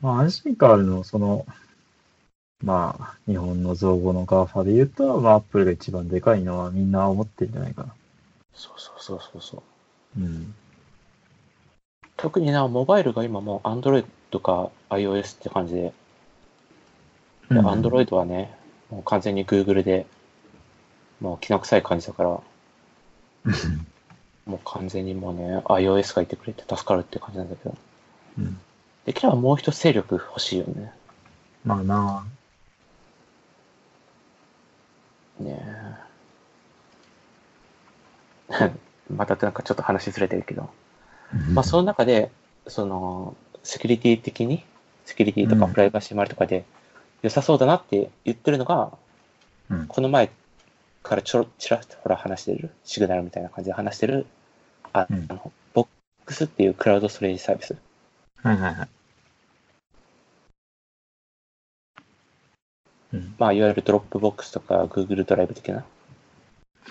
S2: まあ、安心感あるのは、その、まあ、日本の造語の GAFA で言うと、まあ、アップルが一番でかいのはみんな思ってんじゃないかな。
S1: そうそうそうそうそう。
S2: うん。
S1: 特にな、モバイルが今もう Android か iOS って感じで、で Android はね、もう完全に Google で、もうきな臭い感じだから、もう完全にもうね、iOS がいてくれて助かるって感じなんだけど、
S2: うん。
S1: できればもう一つ勢力欲しいよね。
S2: まあな
S1: ねえ。 またなんかちょっと話ずれてるけど、まあその中で、その、セキュリティ的に、セキュリティとか
S2: うん
S1: プライバシーもあるとかで、良さそうだなって言ってるのが、
S2: うん
S1: この前からちょろちらっとほら話してる、シグナルみたいな感じで話してる、あ,、
S2: うん
S1: あの、ボックスっていうクラウドストレージサービス。
S2: はいはいはい。うん。
S1: まあ、いわゆるドロップボックスとか Google ドライブ的な、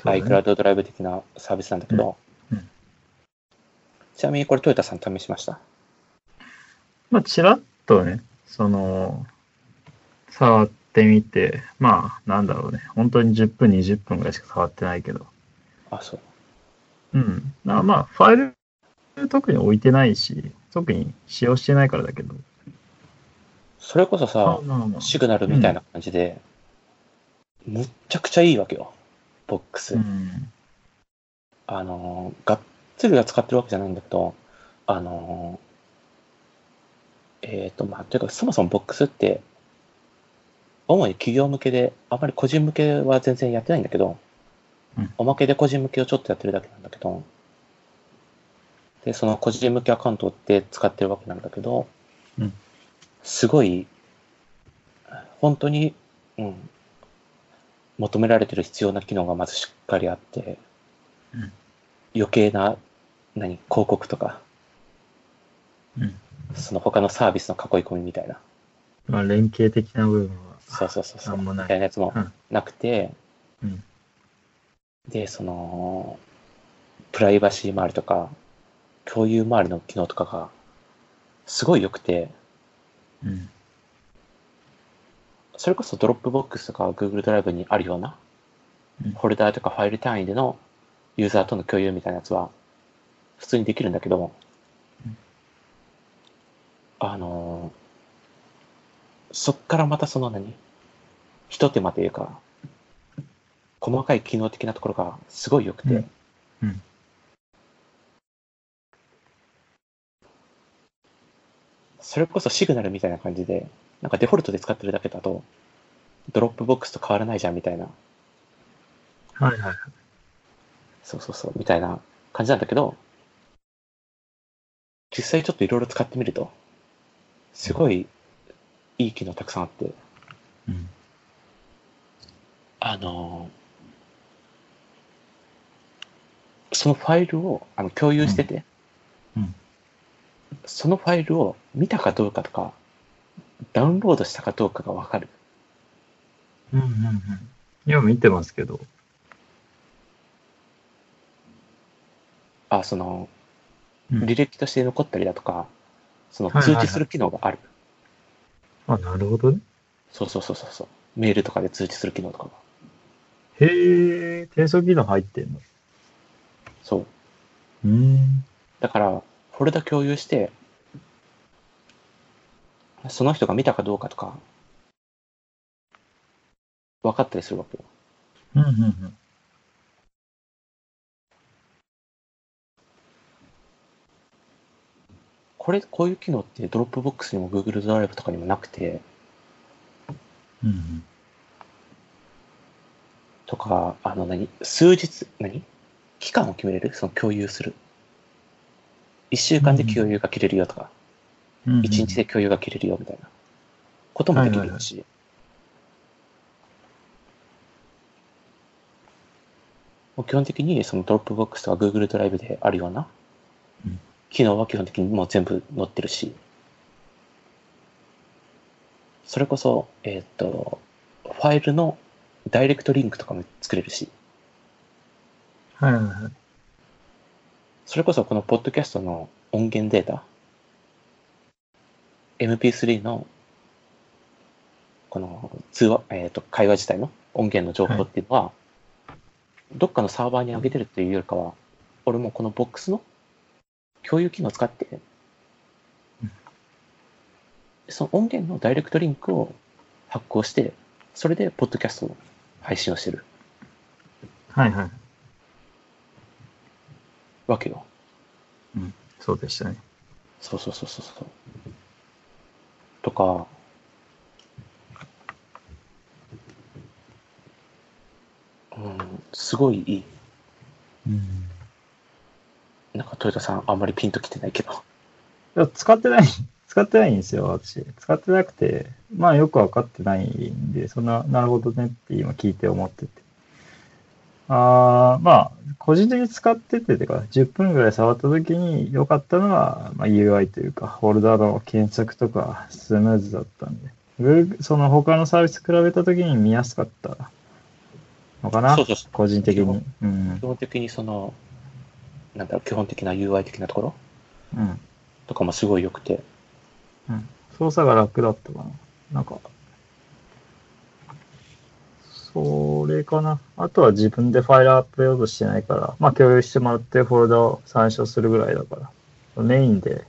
S1: iCloud ドライブ的なサービスなんだけど、
S2: うんうん
S1: ちなみにこれトヨタさん試しました。
S2: まあ、ちらっとね、その、触ってみて、まあ、なんだろうね、本当に10分、20分ぐらいしか触ってないけど、
S1: あ、そう。
S2: うん。まあ、まあ、ファイル、特に置いてないし、特に使用してないからだけど、
S1: それこそ
S2: ま
S1: さ
S2: あ、まあまあ
S1: シグナルみたいな感じで、むっちゃくちゃいいわけよ、ボックス。
S2: うん。
S1: あのー、がっつりが使ってるわけじゃないんだけど、あのーえっ、と、まあ、というか、そもそもボックスって、主に企業向けで、あまり個人向けは全然やってないんだけど、
S2: うん
S1: おまけで個人向けをちょっとやってるだけなんだけど、で、その個人向けアカウントって使ってるわけなんだけど、
S2: うん
S1: すごい、本当に、うん、求められてる必要な機能がまずしっかりあって、
S2: うん
S1: 余計な、何、広告とか、
S2: うん。
S1: その他のサービスの囲い込みみたいな。
S2: まあ、連携的な部分は。
S1: そうそうそうそう。
S2: なんもない
S1: みたいなやつも
S2: うん
S1: なくて、
S2: うん
S1: で、その、プライバシー周りとか、共有周りの機能とかが、すごい良くて、
S2: うん。
S1: それこそドロップボックスとか Google ドライブにあるような
S2: うん、
S1: フォルダーとかファイル単位でのユーザーとの共有みたいなやつは、普通にできるんだけど
S2: うん、
S1: あのー、そっからまたその何ひと手間というか、細かい機能的なところがすごい良くて、
S2: うんうん
S1: それこそシグナルみたいな感じで、なんかデフォルトで使ってるだけだと、ドロップボックスと変わらないじゃんみたいな、
S2: はいはい。
S1: そうそうそう、みたいな感じなんだけど、実際ちょっといろいろ使ってみると、すごいいい機能たくさんあって、
S2: うん。
S1: あのーそのファイルをあの共有してて、
S2: うんうん
S1: そのファイルを見たかどうかとか、ダウンロードしたかどうかがわかる。
S2: うんうんうん。今見てますけど。
S1: あ、その、
S2: うん
S1: 履歴として残ったりだとか、その
S2: はいはい
S1: 通
S2: はい
S1: 知する機能がある。
S2: あ、なるほどね。
S1: そうそうそうそうそう。メールとかで通知する機能とかが。
S2: へえ、転送機能入ってんの。
S1: そう。
S2: うん。
S1: だから、フォルダ共有して、その人が見たかどうかとか、分かったりするわけよ。
S2: うんうんうん。
S1: これ、こういう機能ってドロップボックスにも Google ドライブとかにもなくて、
S2: うんうん。
S1: とか、あの何、数日、何期間を決めれるその共有する。1週間で共有が切れるよとか、
S2: うんうん
S1: 1日で共有が切れるよみたいなこともできるし。もう基本的にそのドロップボックスとか Google ドライブであるような
S2: うん
S1: 機能は基本的にもう全部載ってるし、それこそ、えーっと、ファイルのダイレクトリンクとかも作れるし、
S2: はいはいはい。
S1: それこそこのポッドキャストの音源データ、MP3 のこの通話、えっ、と、会話自体の音源の情報っていうのは、どっかのサーバーに上げてるっていうよりかは、俺もこのボックスの共有機能を使って
S2: うん、
S1: その音源のダイレクトリンクを発行して、それでポッドキャストの配信をしてる
S2: はいはい。
S1: わけよ。
S2: そうでしたね。
S1: そうそうそうそうそう。とか、うん、すごいいい。
S2: うん。
S1: なんか、トヨタさん、あんまりピンときてないけど。
S2: いや使ってない、 使ってないんですよ、私。使ってなくて、まあよくわかってないんで、そんな、なるほどねって今聞いて思ってて。あーまあ、個人的に使ってて、てか、10分ぐらい触った時に良かったのは、まあ、UI というか、フォルダーの検索とかスムーズだったんで、Google その他のサービス比べた時に見やすかったのかな
S1: そう、そうそう。
S2: 個人的に。うん
S1: 基。本的に、その、なんだろう、基本的な UI 的なところ
S2: うん。
S1: とかもすごい良くて。
S2: うん操作が楽だったかな。なんか、それかな。あとは自分でファイルアップロードしてないから、まあ共有してもらってフォルダを参照するぐらいだから、メインで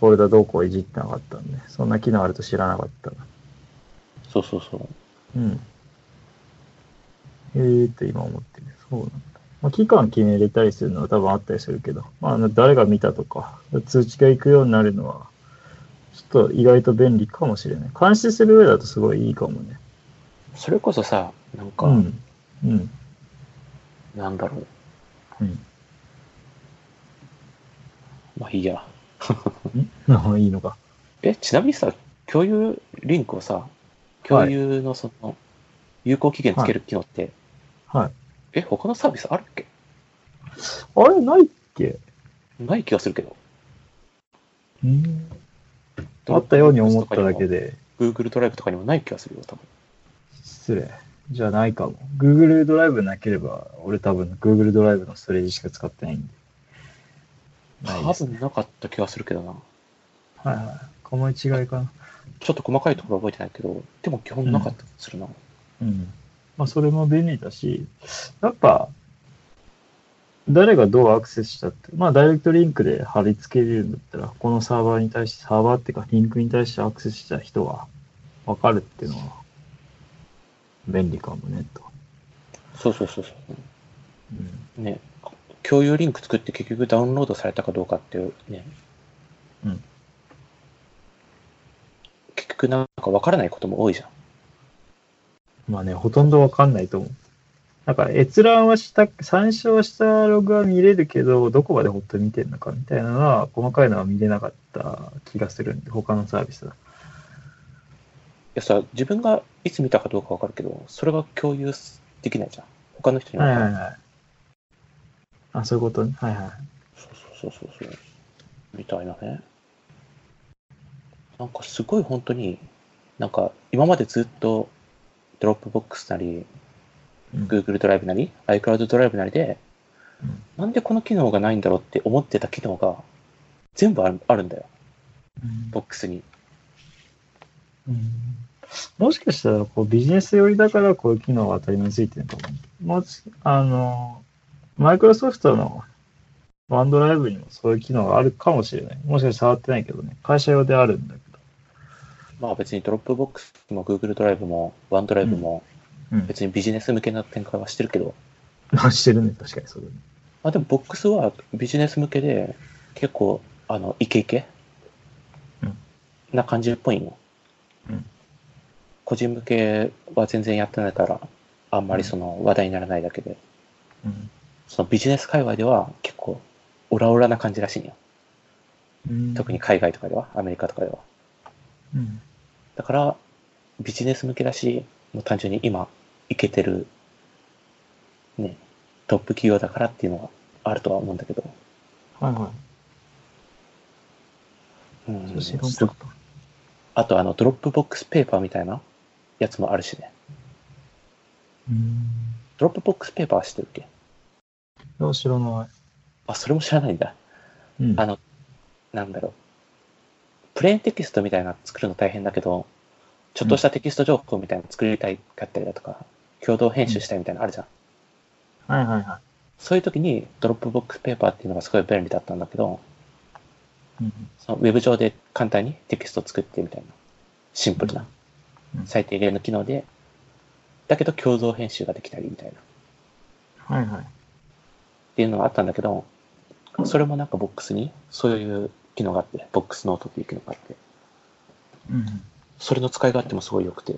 S2: フォルダどうこういじってなかったんで、そんな機能あると知らなかったな。
S1: そうそうそう。
S2: うん。えーっと今思ってる。そうなんだ。まあ、期間決めれたりするのは多分あったりするけど、まああの、誰が見たとか、通知が行くようになるのは、ちょっと意外と便利かもしれない。監視する上だとすごいいいかもね。
S1: それこそさ、なんか、
S2: うん。うん。
S1: なんだろう。
S2: うん。
S1: まあいいや。
S2: ま あいいのか。
S1: え、ちなみにさ、共有リンクをさ、共有のその、有効期限つける機能って、
S2: はい。
S1: え、他のサービスあるっけ
S2: あれ、ないっけ
S1: ない気がするけど。
S2: うん。あったように思っただけ
S1: で。
S2: で、
S1: Google ドライブとかにもない気がするよ、多分。
S2: 失礼。じゃないかも。Google ドライブなければ、俺多分 Google ドライブのストレージしか使ってないんで。ないで
S1: 多
S2: すね
S1: 分なかった気がするけどな。
S2: はいはい。構い違いかな。
S1: ちょっと細かいところは覚えてないけど、でも基本なかった気がするな。
S2: うん。まあ、それも便利だし、やっぱ、誰がどうアクセスしたって、まあ、ダイレクトリンクで貼り付けれるんだったら、このサーバーに対して、サーバーっていうか、リンクに対してアクセスした人は分かるっていうのは、便利かもね、と。
S1: そうそうそうそう。
S2: うん。
S1: ね。共有リンク作って結局ダウンロードされたかどうかっていうね。
S2: うん。
S1: 結局なんかわからないことも多いじゃん。
S2: まあね、ほとんど分かんないと思う。なんか、閲覧はした、参照したログは見れるけど、どこまで本当に見てるのかみたいなのは、細かいのは見れなかった気がするんで、他のサービスだと
S1: いやさ、自分がいつ見たかどうかわかるけど、それが共有できないじゃん。他の人には
S2: は
S1: わ
S2: い
S1: か
S2: は
S1: らな
S2: い
S1: い。
S2: はい。あ、そういうことね。はいはい。
S1: そうそうそうそうそう。みたいなね。なんかすごい本当に、なんか今までずっとドロップボックスなり、
S2: うん、
S1: Google ドライブなり、iCloud ドライブなりで
S2: うん、
S1: なんでこの機能がないんだろうって思ってた機能が全部あるあるんだよ、ボックスに。
S2: うんもしかしたらこうビジネス寄りだからこういう機能が当たり前についてるのかも。もし、あの、マイクロソフトのワンドライブにもそういう機能があるかもしれない。もしかしたら触ってないけどね。会社用であるんだけど。
S1: まあ別にドロップボックスも Google ドライブも OneDrive も
S2: うん。
S1: 別にビジネス向けな展開はしてるけど、
S2: してるね。確かにそうだね。
S1: まあでもボックスはビジネス向けで結構あのイケイケ
S2: うん
S1: な感じっぽいの、
S2: うん
S1: 個人向けは全然やってないからあんまりその話題にならないだけで、
S2: うん。
S1: そのビジネス界隈では結構オラオラな感じらしいんよ
S2: うん
S1: 特に。海外とかではアメリカとかでは
S2: うん。
S1: だからビジネス向けだしもう単純に今イケてるねトップ企業だからっていうのがあるとは思うんだけど、
S2: はいは
S1: う
S2: い。
S1: ん、
S2: そう知らんかった
S1: あとあの、ドロップボックスペーパーみたいなやつもあるしね。
S2: うん。
S1: ドロップボックスペーパーは知ってるっけ
S2: いや知らな
S1: あ、それも知らないんだ。
S2: い。うん。
S1: あの、なんだろう。プレーンテキストみたいなの作るの大変だけど、ちょっとしたテキスト情報みたいなの作りたいかったりだとか、共同編集したいみたいなのあるじゃん。
S2: はいはいは
S1: そういう時にドロップボックスペーパーっていうのがすごい便利だったんだけど、
S2: い。うん。
S1: そのウェブ上で簡単にテキストを作ってみたいな、シンプルな
S2: うんうん
S1: 最低限の機能で、だけど共同編集ができたりみたいな。
S2: はいはい。
S1: っていうのがあったんだけど、それもなんかボックスにそういう機能があって、ボックスノートっていう機能があって、
S2: うん。
S1: それの使い勝手もすごい良くて、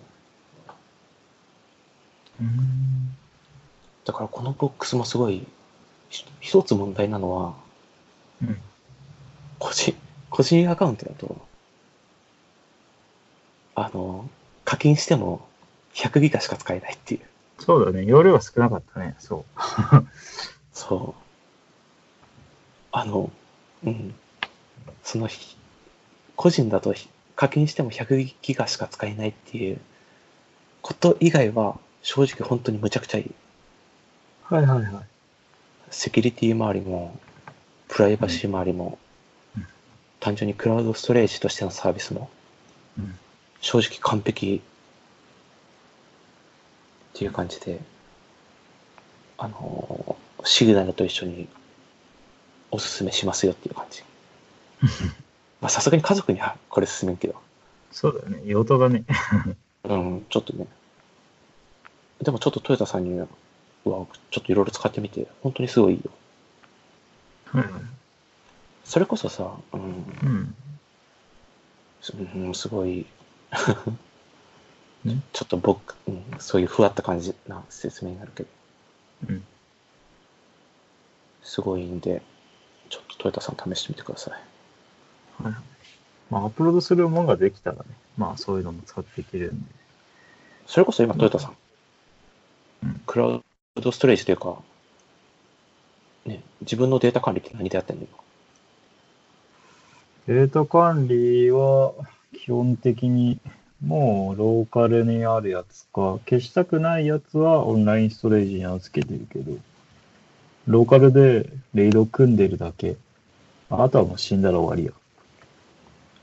S2: うん
S1: だからこのボックスもすごい、ひ一つ問題なのは、
S2: うん
S1: 個人、個人アカウントだと、あの、課金しても100ギガしか使えないっていう。
S2: そうだね。容量が少なかったね。そ
S1: そう。あの、うん。そのひ、個人だとひ課金しても100ギガしか使えないっていうこと以外は、正直本当にむちゃくちゃいい。
S2: う。はいはいはい。
S1: セキュリティ周りも、プライバシー周りも、
S2: うん
S1: 単純にクラウドストレージとしてのサービスも、
S2: うん
S1: 正直完璧っていう感じで、あのーシグナルと一緒におすすめしますよっていう感 じ。まあさすがに家族にはこれ勧めんけど、
S2: そうだよね。用途がね。
S1: うん、ちょっとね。でもちょっとトヨタさんには僕はちょっといろいろ使ってみて、本当にすごいいいよ。それこそさ、うん、
S2: うん。
S1: すうんすごい
S2: ん、
S1: ちょっと僕、うん、そういうふわった感じな説明になるけど、
S2: うん。
S1: すごいんで、ちょっとトヨタさん試してみてください。
S2: はい。まあ、アップロードするものができたらね、まあ、そういうのも使っていけるんで。
S1: それこそ今、トヨタさん
S2: うん、
S1: クラウドストレージというか、ね、自分のデータ管理って何でやってんの
S2: データ管理は、基本的に、もう、ローカルにあるやつか、消したくないやつは、オンラインストレージに預けてるけど、ローカルで、レイド組んでるだけ。あとはもう死んだら終わりや。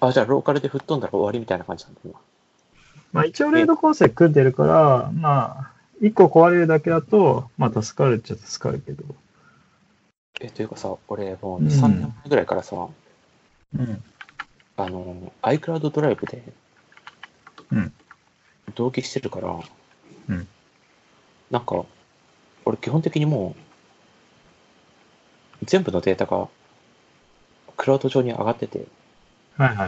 S1: あ、じゃあ、ローカルで吹っ飛んだら終わりみたいな感じなんだ、今。
S2: まあ一応レード構成組んでるから、まあ、一個壊れるだけだと、まあ助かるっちゃ助かるけど。
S1: え、というかさ、俺、もう
S2: うん
S1: 2、3年前ぐらいからさ、
S2: うん。
S1: あの、iCloud ドライブで
S2: うん。
S1: 同期してるから、
S2: うん
S1: なんか、俺基本的にもう、全部のデータが、クラウド上に上がってて、
S2: はいは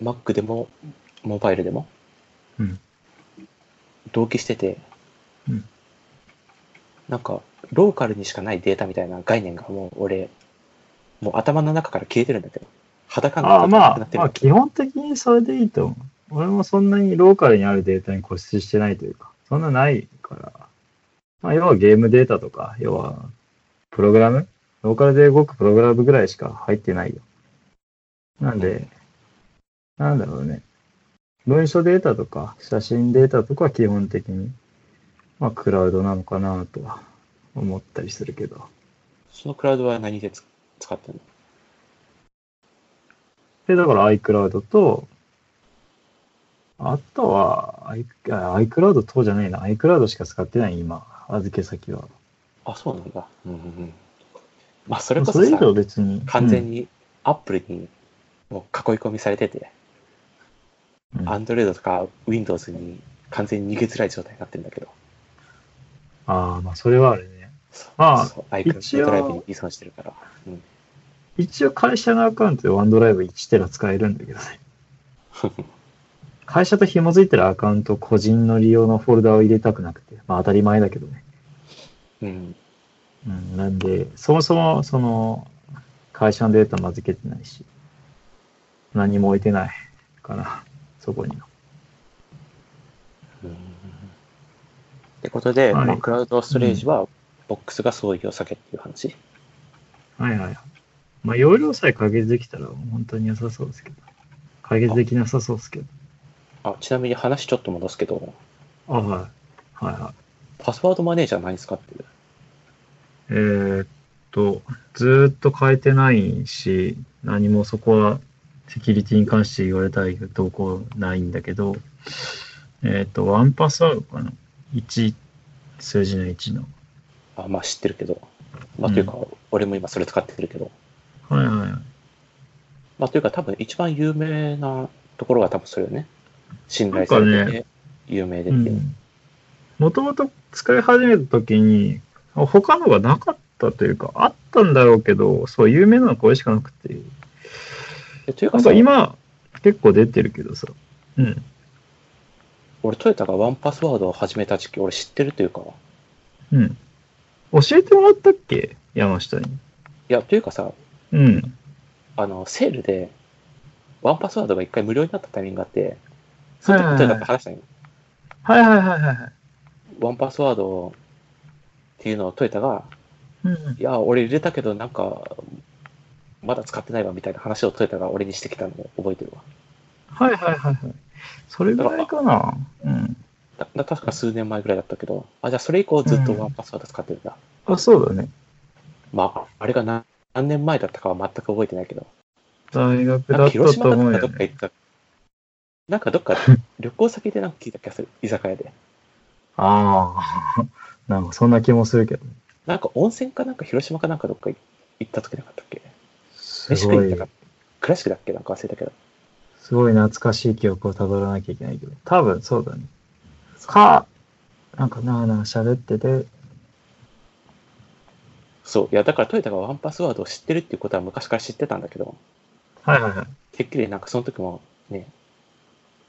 S2: い。
S1: Mac でも、モバイルでも、
S2: うん
S1: 同期してて、
S2: うん
S1: なんか、ローカルにしかないデータみたいな概念がもう、俺、もう頭の中から消えてるんだけど、裸に
S2: あ
S1: な
S2: あ、ま
S1: くな
S2: あ
S1: っ、てる
S2: まあ基本的にそれでいいと思う。俺もそんなにローカルにあるデータに固執してないというか、そんなないから。まあ要はゲームデータとか、要はプログラムローカルで動くプログラムぐらいしか入ってないよ。なんで、なんだろうね。文書データとか、写真データとかは基本的に、まあクラウドなのかなとは思ったりするけど。
S1: そのクラウドは何でつ使ってるの
S2: で、だから iCloud と、あとは i、あ iCloud 等じゃないな。iCloud しか使ってない、今。預け先は。
S1: あ、そうなんだ。うんうんうん。まあ、それこ
S2: そ
S1: そ
S2: れ以
S1: さ、
S2: 上別に。
S1: 完全
S2: に。
S1: にアップルにもう囲い込みされてて、
S2: うん
S1: アンドロイドとか Windows に完全に逃げづらい状態になってるんだけど、
S2: ああ、まあ、それはあるね。
S1: そう
S2: まあ
S1: そう iCloud ドライブに依存してるから。うん、
S2: 一応会社のアカウントでワンドライブ1テラ使えるんだけ どね。会社と紐づいてるアカウント、個人の利用のフォルダを入れたくなくて。まあ、当たり前だけどね。
S1: うん、
S2: うん、なんで、そもそも、その、会社のデータも預けてないし、何も置いてないかな、そこに。
S1: うんってことで、
S2: はい
S1: まあ、クラウドストレージは、ボックスがそういうを避けっていう話。
S2: はいはい。まあ、容量さえ解決できたら、本当に良さそうですけど。解決できなさそうですけど。
S1: あちなみに話ちょっと戻すけど、
S2: あ、はい。はいはい。
S1: パスワードマネージャー何使ってる
S2: えーっと、ずーっと変えてないし、何もそこはセキュリティに関して言われたい動向ないんだけど、えーっと、ワンパスワードかな。1、数字の1の。
S1: あまあ知ってるけど、まあというか、俺も今それ使ってるけど、
S2: はいはいはい。
S1: まあ、というか、多分一番有名なところは多分それよね。信頼され
S2: な
S1: て
S2: んか
S1: て、有名でっていう。
S2: もともと使い始めた時に他のがなかったというかあったんだろうけどそう有名なのこれしかなくて
S1: でという
S2: な
S1: か
S2: んか
S1: さ、
S2: 今結構出てるけどさうん
S1: 俺トヨタがワンパスワードを始めた時期、俺知ってるというか、い
S2: うん教えてもらったっけ山下に
S1: や、というかさ、
S2: うん
S1: あの、セールで、ワンパスワードが一回無料になったタイミングがあって、その時トヨタと話したのよ。
S2: はいはいはいはいはい
S1: ワンパスワードっていうのをトヨタが、
S2: うん
S1: いや、俺入れたけど、なんか、まだ使ってないわみたいな話をトヨタが俺にしてきたのを覚えてるわ。
S2: はいはいはいはいそれぐらいかなうん
S1: だだ確か数年前ぐらいだったけど、あ、じゃあそれ以降ずっとワンパスワード使ってるんだ。
S2: あそうだね
S1: まあ、あれが何何年前だったかは全く覚えてないけど、
S2: 大学
S1: なんか
S2: だったと
S1: 広島だ
S2: 思
S1: っ
S2: う
S1: たかど
S2: よ
S1: っか
S2: ね
S1: 行った、なんかどっ か旅行先でなんか聞いた気がする、居酒屋で。
S2: ああ なんかそんな気もするけど
S1: なんか温泉かなんか広島かなんかどっか行った時なかったっけ
S2: す
S1: 飯食
S2: ご
S1: いに行
S2: い
S1: ったか、クラシックだっけなんか忘れたけど。
S2: すごい懐かしい記憶をたどらなきゃいけないけど、多分そうだね。か、なんかなあなあ喋ってて、
S1: そう。いや、だからトヨタがワンパスワードを知ってるっていうことは昔から知ってたんだけど、
S2: はいはいはい。
S1: てっきりなんかその時もね、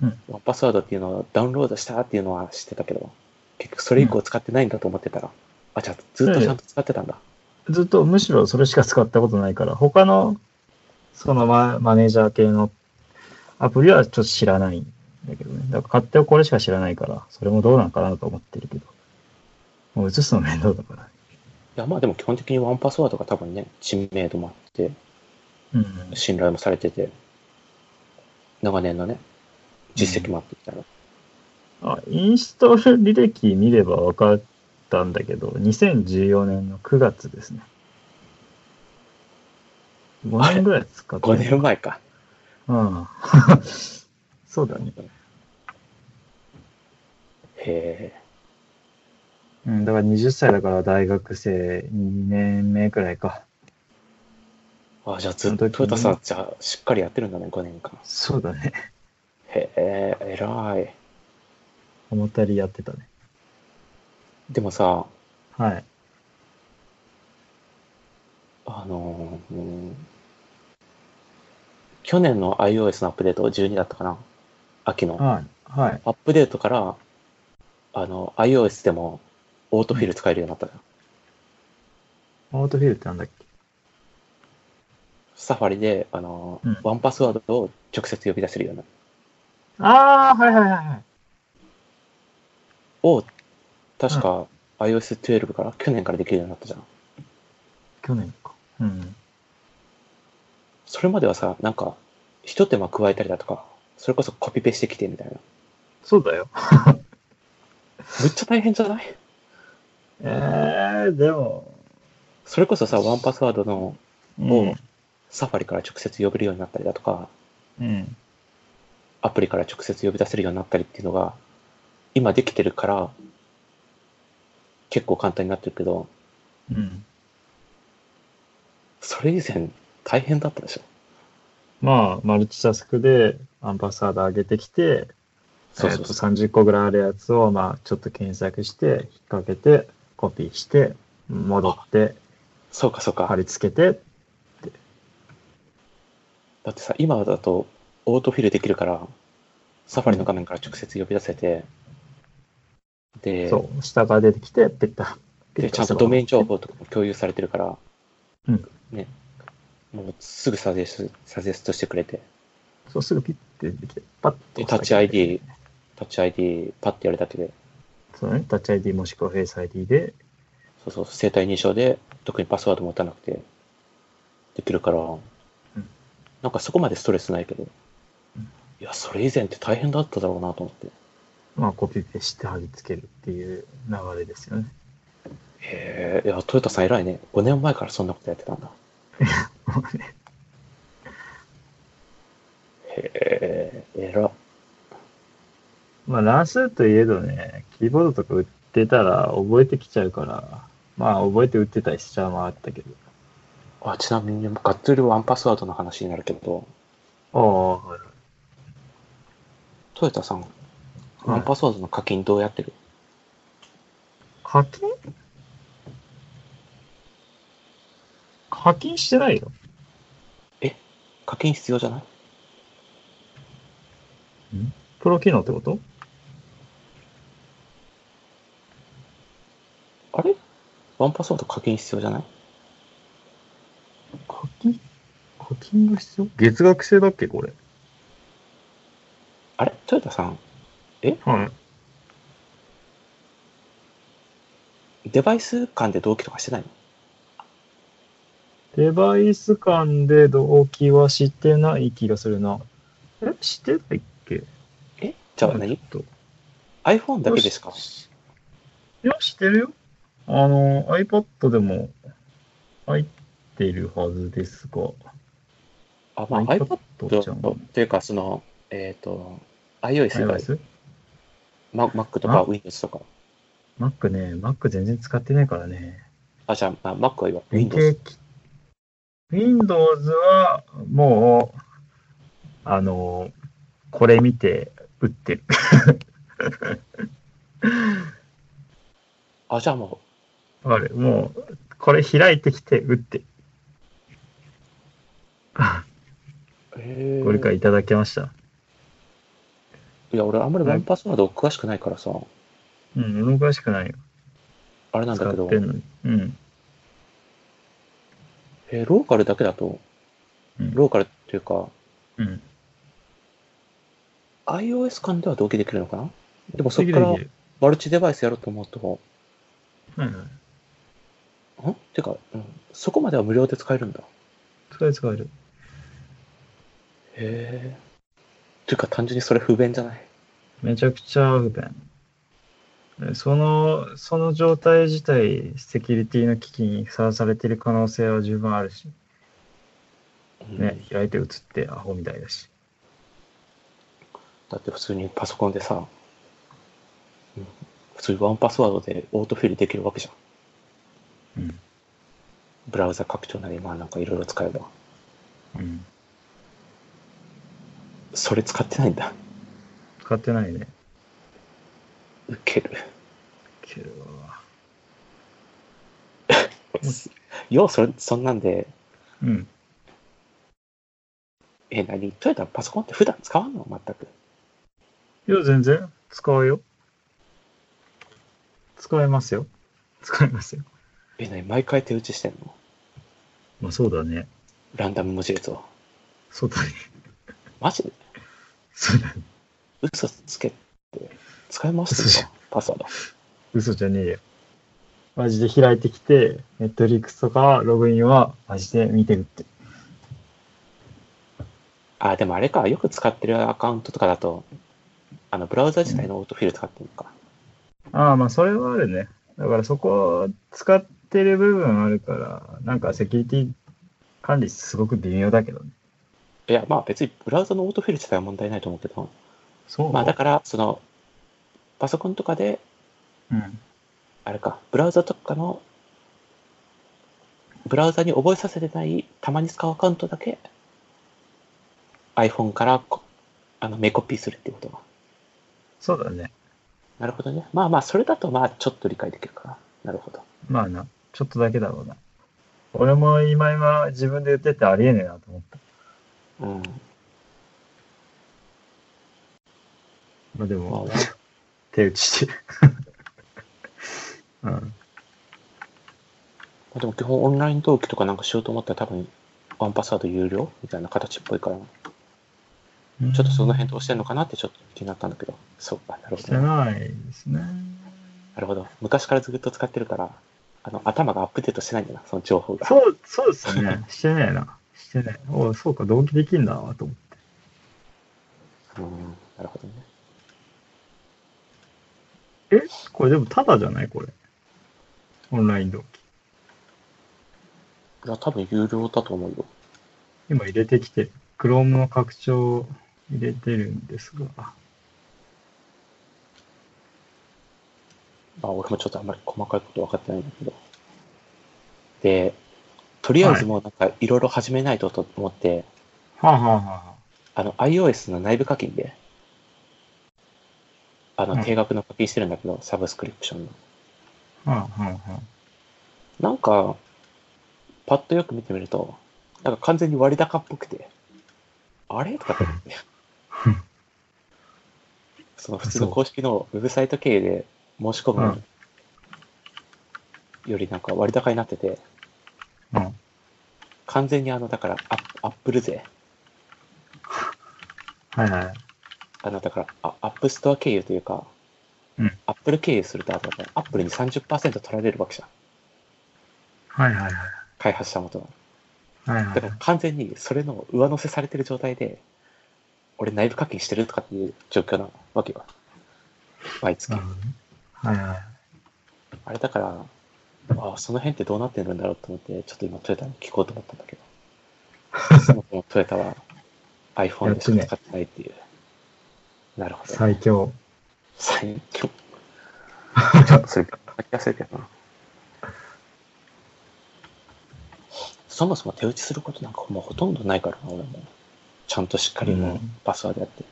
S2: うん
S1: ワンパスワードっていうのをダウンロードしたっていうのは知ってたけど、結局それ以降使ってないんだと思ってたら、あ、じゃあずっとちゃんと使ってたんだ。
S2: ずっとむしろそれしか使ったことないから、他のそのママネージャー系のアプリはちょっと知らないんだけどね。だから買ってこれしか知らないから、それもどうなんかなと思ってるけど。もう移すの面倒だからね。
S1: いや、まあでも基本的にワンパスワードが多分ね、知名度もあって、
S2: うん。
S1: 信頼もされてて、長年のね、実績もあってみたいな。
S2: あ、インストール履歴見れば分かったんだけど、2014年の9月ですね。5年ぐらい使って
S1: 5年前か。
S2: うん。 そうだね。
S1: へ
S2: うん、だから20歳だから大学生2年目くらいか。
S1: え。あ、じゃあずっ
S2: そ
S1: と、
S2: の時に
S1: トヨタさん、じゃあしっかりやってるんだね、5年間。
S2: そうだね。
S1: へえ、偉い。
S2: 思ったよりやってたね。
S1: でもさ、
S2: はい。
S1: あのーうん去年の iOS のアップデート12だったかな秋の。
S2: はい。はい。
S1: アップデートから、あの、iOS でもオートフィル使えるようになったのよ
S2: オートフィルってなんだっけ
S1: サファリで、あのー
S2: うん
S1: ワンパスワードを直接呼び出せるような。
S2: ああ、はいはいはいはい。
S1: を、確か iOS12 から、去年からできるようになったじゃん。
S2: 去年か。うん。
S1: それまではさ、なんか、一手間加えたりだとか、それこそコピペしてきてみたいな。
S2: そうだよ。
S1: むっちゃ大変じゃない
S2: えー、でも。
S1: それこそ さ、ワンパスワードの
S2: うん。
S1: サファリから直接呼べるようになったりだとか、
S2: うん。
S1: アプリから直接呼び出せるようになったりっていうのが、今できてるから、結構簡単になってるけど、
S2: うん。
S1: それ以前大変だったでしょ。
S2: まあ、マルチタスクでアンバサダー上げてきて、
S1: そうそうそう。
S2: えーと30個ぐらいあるやつを、まあ、ちょっと検索して、引っ掛けて、コピーして、戻って、
S1: そうかそうか。
S2: 貼り付けて、
S1: だってさ、今だとオートフィルできるから、サファリの画面から直接呼び出せて、で、
S2: そう、下から出てきて、ペッタ。
S1: でちゃんとドメイン情
S2: ョ
S1: 報とかも共有されてるから、
S2: うん
S1: ね、もうすぐサジェスサジェストしてくれて、
S2: そう、すぐピッて出てきて、パッと
S1: で、タ
S2: 押
S1: ッ
S2: す
S1: チ
S2: だけで。
S1: ID、タッチ ID、パッてやるだけで、
S2: そうね、タッチ ID もしくはフェイス ID で、
S1: そうそう、生体認証で、特にパスワードも打たなくて、できるから、なんかそこまでストレスないけど、
S2: ん
S1: いや、それ以前って大変だっただろうなと思って。
S2: まあ、コピペして貼り付けるっていう流れですよね。
S1: へえ、いや、トヨタさん偉いね。5年前からそんなことやってたん だ。へえ、偉っ。
S2: まあ、乱数といえどね、キーボードとか打ってたら覚えてきちゃうから、まあ、覚えて打ってたりしちゃうもあったけど。
S1: あちなみに、がっつりワンパスワードの話になるけど、
S2: ああ、はいはい。
S1: トヨタさん、ワンパスワードの課金どうやってる、
S2: 課金課金してないよ。
S1: 課金必要じゃない
S2: プロ機能ってこと
S1: あれワンパスワード課金必要じゃない
S2: 課金課金が必要月額制だっけこれ。
S1: あれトヨタさん、
S2: はい。
S1: デバイス間で同期とかしてないの
S2: デバイス間で同期はしてない気がするな。えしてないっけ
S1: えじゃあ何、
S2: ちょっと
S1: ?iPhone だけですか
S2: いや、してるよ。あの、iPad でも入っているはずですが。
S1: あ、まあ iPad
S2: ちゃん。
S1: というか、その、えっ、と、iOS 以外、
S2: iOS?
S1: Ma- Mac とか
S2: あ
S1: Windows とか。
S2: Mac ね、Mac 全然使ってないからね。
S1: あ、じゃあ、まあ、Mac は今、
S2: 連
S1: Windows
S2: 携。機 Windows はもう、あの、これ見て打ってる。
S1: あ、じゃあも
S2: あれ、もう、これ開いてきて打 って、
S1: え
S2: ご理解いただけました。
S1: いや、俺あんまりワンパスワード詳しくないからさ、
S2: うん、俺も詳しくないよ。
S1: あれなんだ
S2: 使
S1: けど
S2: って、んのに。うん。
S1: えーローカルだけだと、
S2: うん
S1: ローカルっていうか、
S2: うん。
S1: iOS 間では同期できるのかなでもそこから
S2: できる
S1: マルチデバイスやろうと思うと、
S2: できるはいはい。
S1: んてか、うん、そこまでは無料で使えるんだ。
S2: 使える使える。
S1: へえ。ていうか単純にそれ不便じゃない
S2: めちゃくちゃ不便。えその、その状態自体、セキュリティの危機にさらされている可能性は十分あるし、
S1: うん
S2: ね、開いて映ってアホみたいだし。
S1: だって普通にパソコンでさ、うん普通にワンパスワードでオートフィルできるわけじゃん。
S2: うん。
S1: ブラウザ拡張なり、まあなんかいろいろ使えば。
S2: うん。
S1: それ使ってないんだ。
S2: 使ってないね。
S1: ウケる。
S2: けど、
S1: ようそれ、そんなんで、
S2: うん。
S1: え、何トヨタパソコンって普段使わんの全く。
S2: いや、全然、使うよ。使えますよ。使えますよ。
S1: え、何毎回手打ちしてんの
S2: まあ、そうだね。
S1: ランダム文字列を。
S2: そうだね。
S1: マジで
S2: そうだね。
S1: 嘘つけって。使い回してるのパスワード。
S2: 嘘じゃねえよ。マジで開いてきて、ネットリックスとかログインはマジで見てるって。
S1: あ、でもあれか。よく使ってるアカウントとかだと、あの、ブラウザ自体のオートフィル使ってるのか。
S2: ああ、まあ、それはあるね。だからそこ使ってる部分あるから、なんかセキュリティ管理すごく微妙だけどね。
S1: いや、まあ別にブラウザのオートフィル自体は問題ないと思うけど、
S2: そう
S1: まあだから、その、パソコンとかで、
S2: うん。
S1: あれか、ブラウザとかの、ブラウザに覚えさせてない、たまに使うアカウントだけ、iPhone からこあのメコピーするってことは。
S2: そうだね。
S1: なるほどね。まあまあ、それだと、まあ、ちょっと理解できるかな。なるほど。
S2: まあな、ちょっとだけだろうな。俺も今今自分で言っててありえねえなと思った。
S1: うん。
S2: まあで
S1: まあ
S2: も、、手打ち してる。うん。
S1: まあでも基本オンライン登記とかなんかしようと思ったら多分、ワンパスワード有料みたいな形っぽいから、ちょっとその辺どうしてんのかなってちょっと気になったんだけど、そうか、なるほ
S2: して
S1: どね、
S2: ないですね。
S1: なるほど。昔からずっと使ってるから、あの、頭がアップデートしてないんだな、その情報が。
S2: そう、そうです ね。してないな。してない。おうそうか、同期できんだなと思って。
S1: うん、なるほどね。
S2: えこれでもタダじゃないこれ。オンライン同期。
S1: いや、多分有料だと思うよ。
S2: 今入れてきてる。Chrome の拡張を入れてるんですが。
S1: まあ、俺もちょっとあんまり細かいこと分かってないんだけど。で、とりあえずもうなんかいろいろ始めないとと思って、
S2: はあ、はあはあは
S1: あの iOS の内部課金で、あ
S2: うん
S1: の、定額の課金してるんだけど、サブスクリプションの。
S2: あ、はあ、はあ、は
S1: なんか、パッとよく見てみると、なんか完全に割高っぽくて、あれとかって思 って。その普通の公式のウェブサイト経由で申し込むのによりなんか割高になってて、
S2: あ。うん。
S1: 完全にあの、だからアップ、アップル税。
S2: はいはい。
S1: あの、だから、あアップストア経由というか、
S2: うん
S1: アップル経由すると、あと、アップルに30%取られるわけじゃん。
S2: はいはいはい。
S1: 開発者元が。
S2: はいは
S1: だから
S2: い。
S1: 完全にそれの上乗せされてる状態で、俺内部課金してるとかっていう状況なわけよ。毎月
S2: なる。ほどねはいはい。
S1: あれだから、あその辺ってどうなってるんだろうと思って、ちょっと今トヨタに聞こうと思ったんだ けど。そもそもトヨタは iPhone でしか使ってないっていう。なるほど。
S2: 最強。
S1: 最 強。ちょっとそれ、書き忘れてるな。そもそも手打ちすることなんかもうほとんどないからな、俺も。ちゃんとしっかりもう
S2: うん
S1: パスワードやって。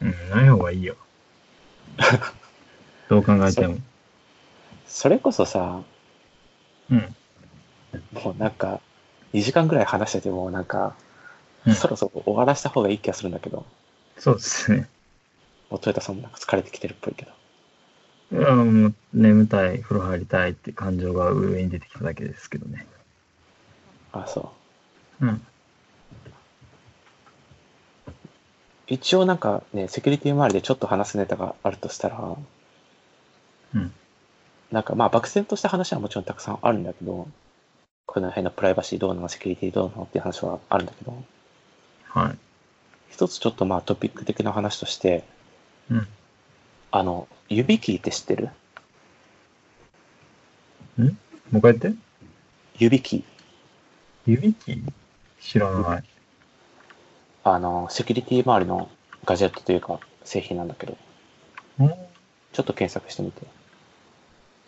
S2: うん、ない方がいいよ。どう考えても。
S1: それこそさ、
S2: うん。
S1: もうなんか、2時間ぐらい話してても、なんか、
S2: うん
S1: そろそろ終わらした方がいい気がするんだけど、
S2: そうですね。
S1: もうトヨタさんもなんか疲れてきてるっぽいけど。
S2: うん、もう眠たい、風呂入りたいって感情が上に出てきただけですけどね。
S1: あ、そう。
S2: うん。
S1: 一応なんかね、セキュリティ周りでちょっと話すネタがあるとしたら、
S2: うん。
S1: なんかまあ漠然とした話はもちろんたくさんあるんだけど、この辺のプライバシーどうなの、セキュリティどうなのっていう話はあるんだけど、
S2: はい。
S1: 一つちょっとまあトピック的な話として、
S2: うん。
S1: あの、指キーって知ってる
S2: もう一回やって。
S1: 指キー。
S2: 指切り知らない。
S1: あの、セキュリティ周りのガジェットというか製品なんだけど、
S2: うん。
S1: ちょっと検索してみて。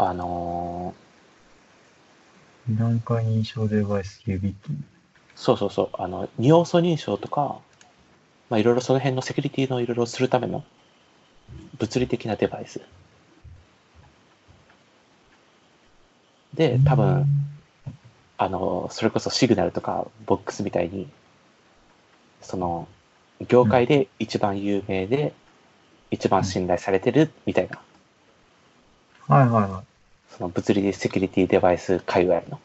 S1: あの
S2: 二段階認証デバイス指切り。
S1: ーそうそうそう、あの、二要素認証とか、まあいろいろその辺のセキュリティのいろいろするための物理的なデバイス。で、多分、あの、それこそシグナルとかボックスみたいに、その、業界で一番有名で、一番信頼されてるみたいな、
S2: うん。はいはいは
S1: その物理セキュリティデバイス界隈の。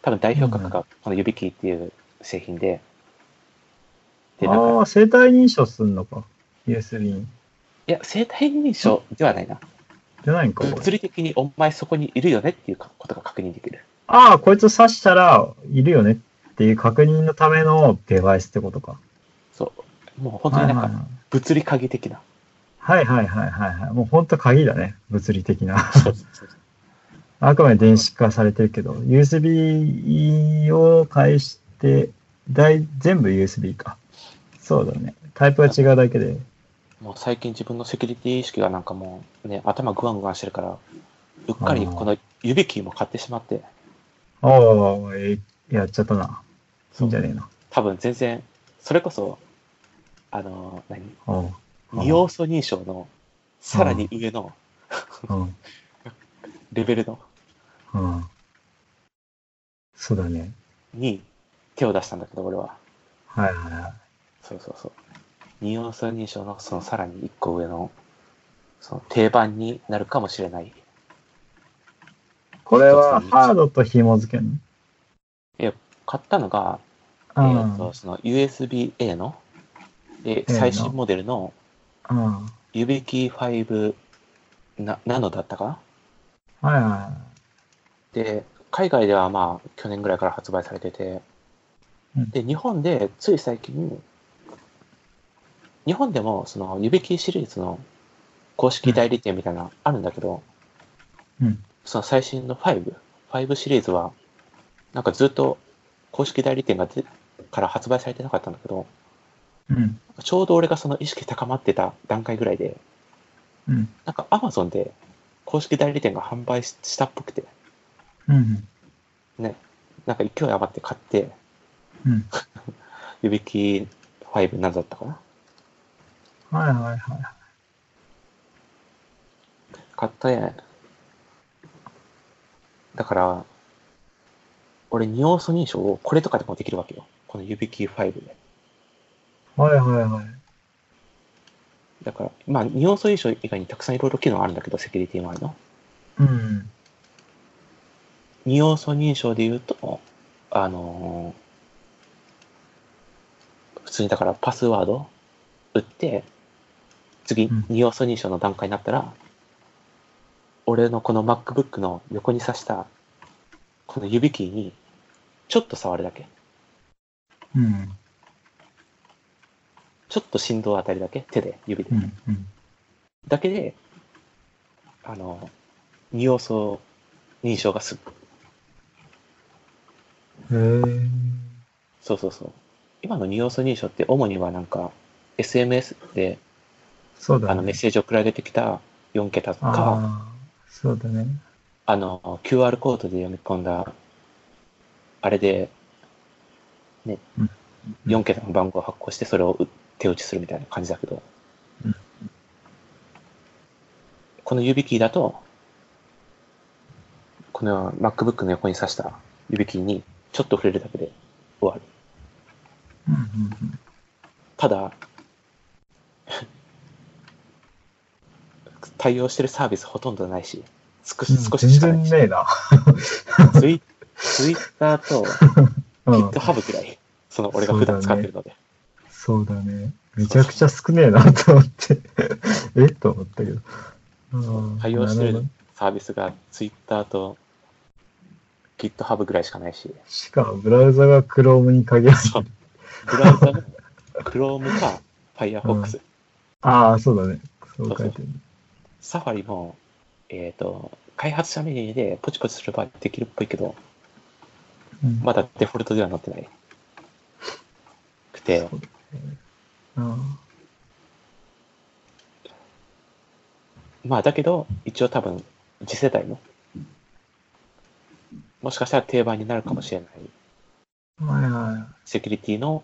S1: 多分代表格がこの指キーっていう製品で、
S2: い。
S1: で、なんか、
S2: ああ、生体認証すんのか。USB に。
S1: いや、生体認証ではないな。
S2: 出ないんか、こ
S1: 物
S2: れ。
S1: 理的にお前そこにいるよねっていうことが確認できる。
S2: ああ、こいつ刺したら、いるよねっていう確認のためのデバイスってことか。
S1: そう。もう本当になん
S2: はい
S1: か物理鍵的な。
S2: はいはいはいはいはいはい。もう本当鍵だね。物理的な。
S1: そうそうそう
S2: あくまで電子化されてるけど、USB を介して、大全部 USB か。そうだね。タイプが違うだけで。
S1: もう最近自分のセキュリティ意識がなんかもうね、頭グワングワンしてるから、うっかりこの指キーも買ってしまって、
S2: ああ、えやっちゃったな。いいんじゃねえな。
S1: 多分全然、それこそ、あの、何
S2: あうん
S1: 二要素認証のさらに上の
S2: あ、うん、
S1: レベルの
S2: うん。そうだね。
S1: に手を出したんだけど、俺は。
S2: はいはいはい。
S1: そうそうそう。二要素認証のそのさらに一個上の、その定番になるかもしれない。
S2: これはハードと紐付けんの
S1: 買ったのが、え
S2: うん
S1: ーと、その USB-A の、で、
S2: の
S1: 最新モデルの
S2: うん。はい
S1: 指キー5なナノだったかな
S2: はいは
S1: で、海外ではまあ、去年ぐらいから発売されてて、
S2: うん
S1: で、日本でつい最近、日本でもその指キーシリーズの公式代理店みたいなのあるんだけど、
S2: うん
S1: その最新の5、5シリーズは、なんかずっと公式代理店がでから発売されてなかったんだけど、
S2: い。うん。
S1: ちょうど俺がその意識高まってた段階ぐらいで、
S2: うん。
S1: なんか Amazon で公式代理店が販売ししたっぽくて、
S2: うん。
S1: ね、なんか勢い余って買って、
S2: うん。
S1: 指キー5なんだったかな
S2: はいはいはい。
S1: 買ったね。だから、俺二要素認証をこれとかでもできるわけよ。この指キー5で。
S2: はいはいはい。
S1: だから、まあ二要素認証以外にたくさんいろいろ機能あるんだけど、セキュリティ周りの。
S2: うん。
S1: 二要素認証で言うと、あのー普通にだからパスワード打って、次
S2: うん、
S1: 二要素認証の段階になったら、俺のこの MacBook の横に挿した、この指キーに、ちょっと触るだけ。
S2: うん。
S1: ちょっと振動を与えるだけ。手で、指で
S2: う。ん。うん。
S1: だけで、あのー二要素認証がすぐ
S2: へえ。
S1: そうそうそう。今の二要素認証って主にはなんか SMS で
S2: そうだね。
S1: あのメッセージ送られてきた4桁とか、あ
S2: ああ、そうだね。
S1: の QR コードで読み込んだ、あれで、ね
S2: うん、
S1: 4桁の番号を発行してそれを手打ちするみたいな感じだけど
S2: うん、
S1: この指キーだと、この MacBook の横に挿した指切りにちょっと触れるだけで終わる。
S2: うんうん
S1: ただ、 対応してるサービスほとんどないし、少
S2: う
S1: し
S2: ん
S1: 少ししかな
S2: 全
S1: い
S2: 然
S1: し、
S2: ねえな。
S1: ツイツイッターと
S2: うん。
S1: GitHub くらい、その俺が普段使ってるので。
S2: そうだね。めちゃくちゃ少ねえなと思って。 えっと思ったけど。うん
S1: 対応して
S2: な
S1: る
S2: ほど
S1: サービスが Twitter と GitHub ぐらいしかないし、
S2: しかもブラウザが Chrome に限らず。
S1: そうブラウザも Chrome か Firefox、
S2: ああ、そうだね。そう書いてる。
S1: サファリも、えっ、と、開発者メニューでポチポチすればできるっぽいけど、
S2: うん
S1: まだデフォルトではなってない。くて、
S2: うん
S1: まあだけど、一応多分、次世代の、もしかしたら定番になるかもしれない、
S2: はいは
S1: セキュリティの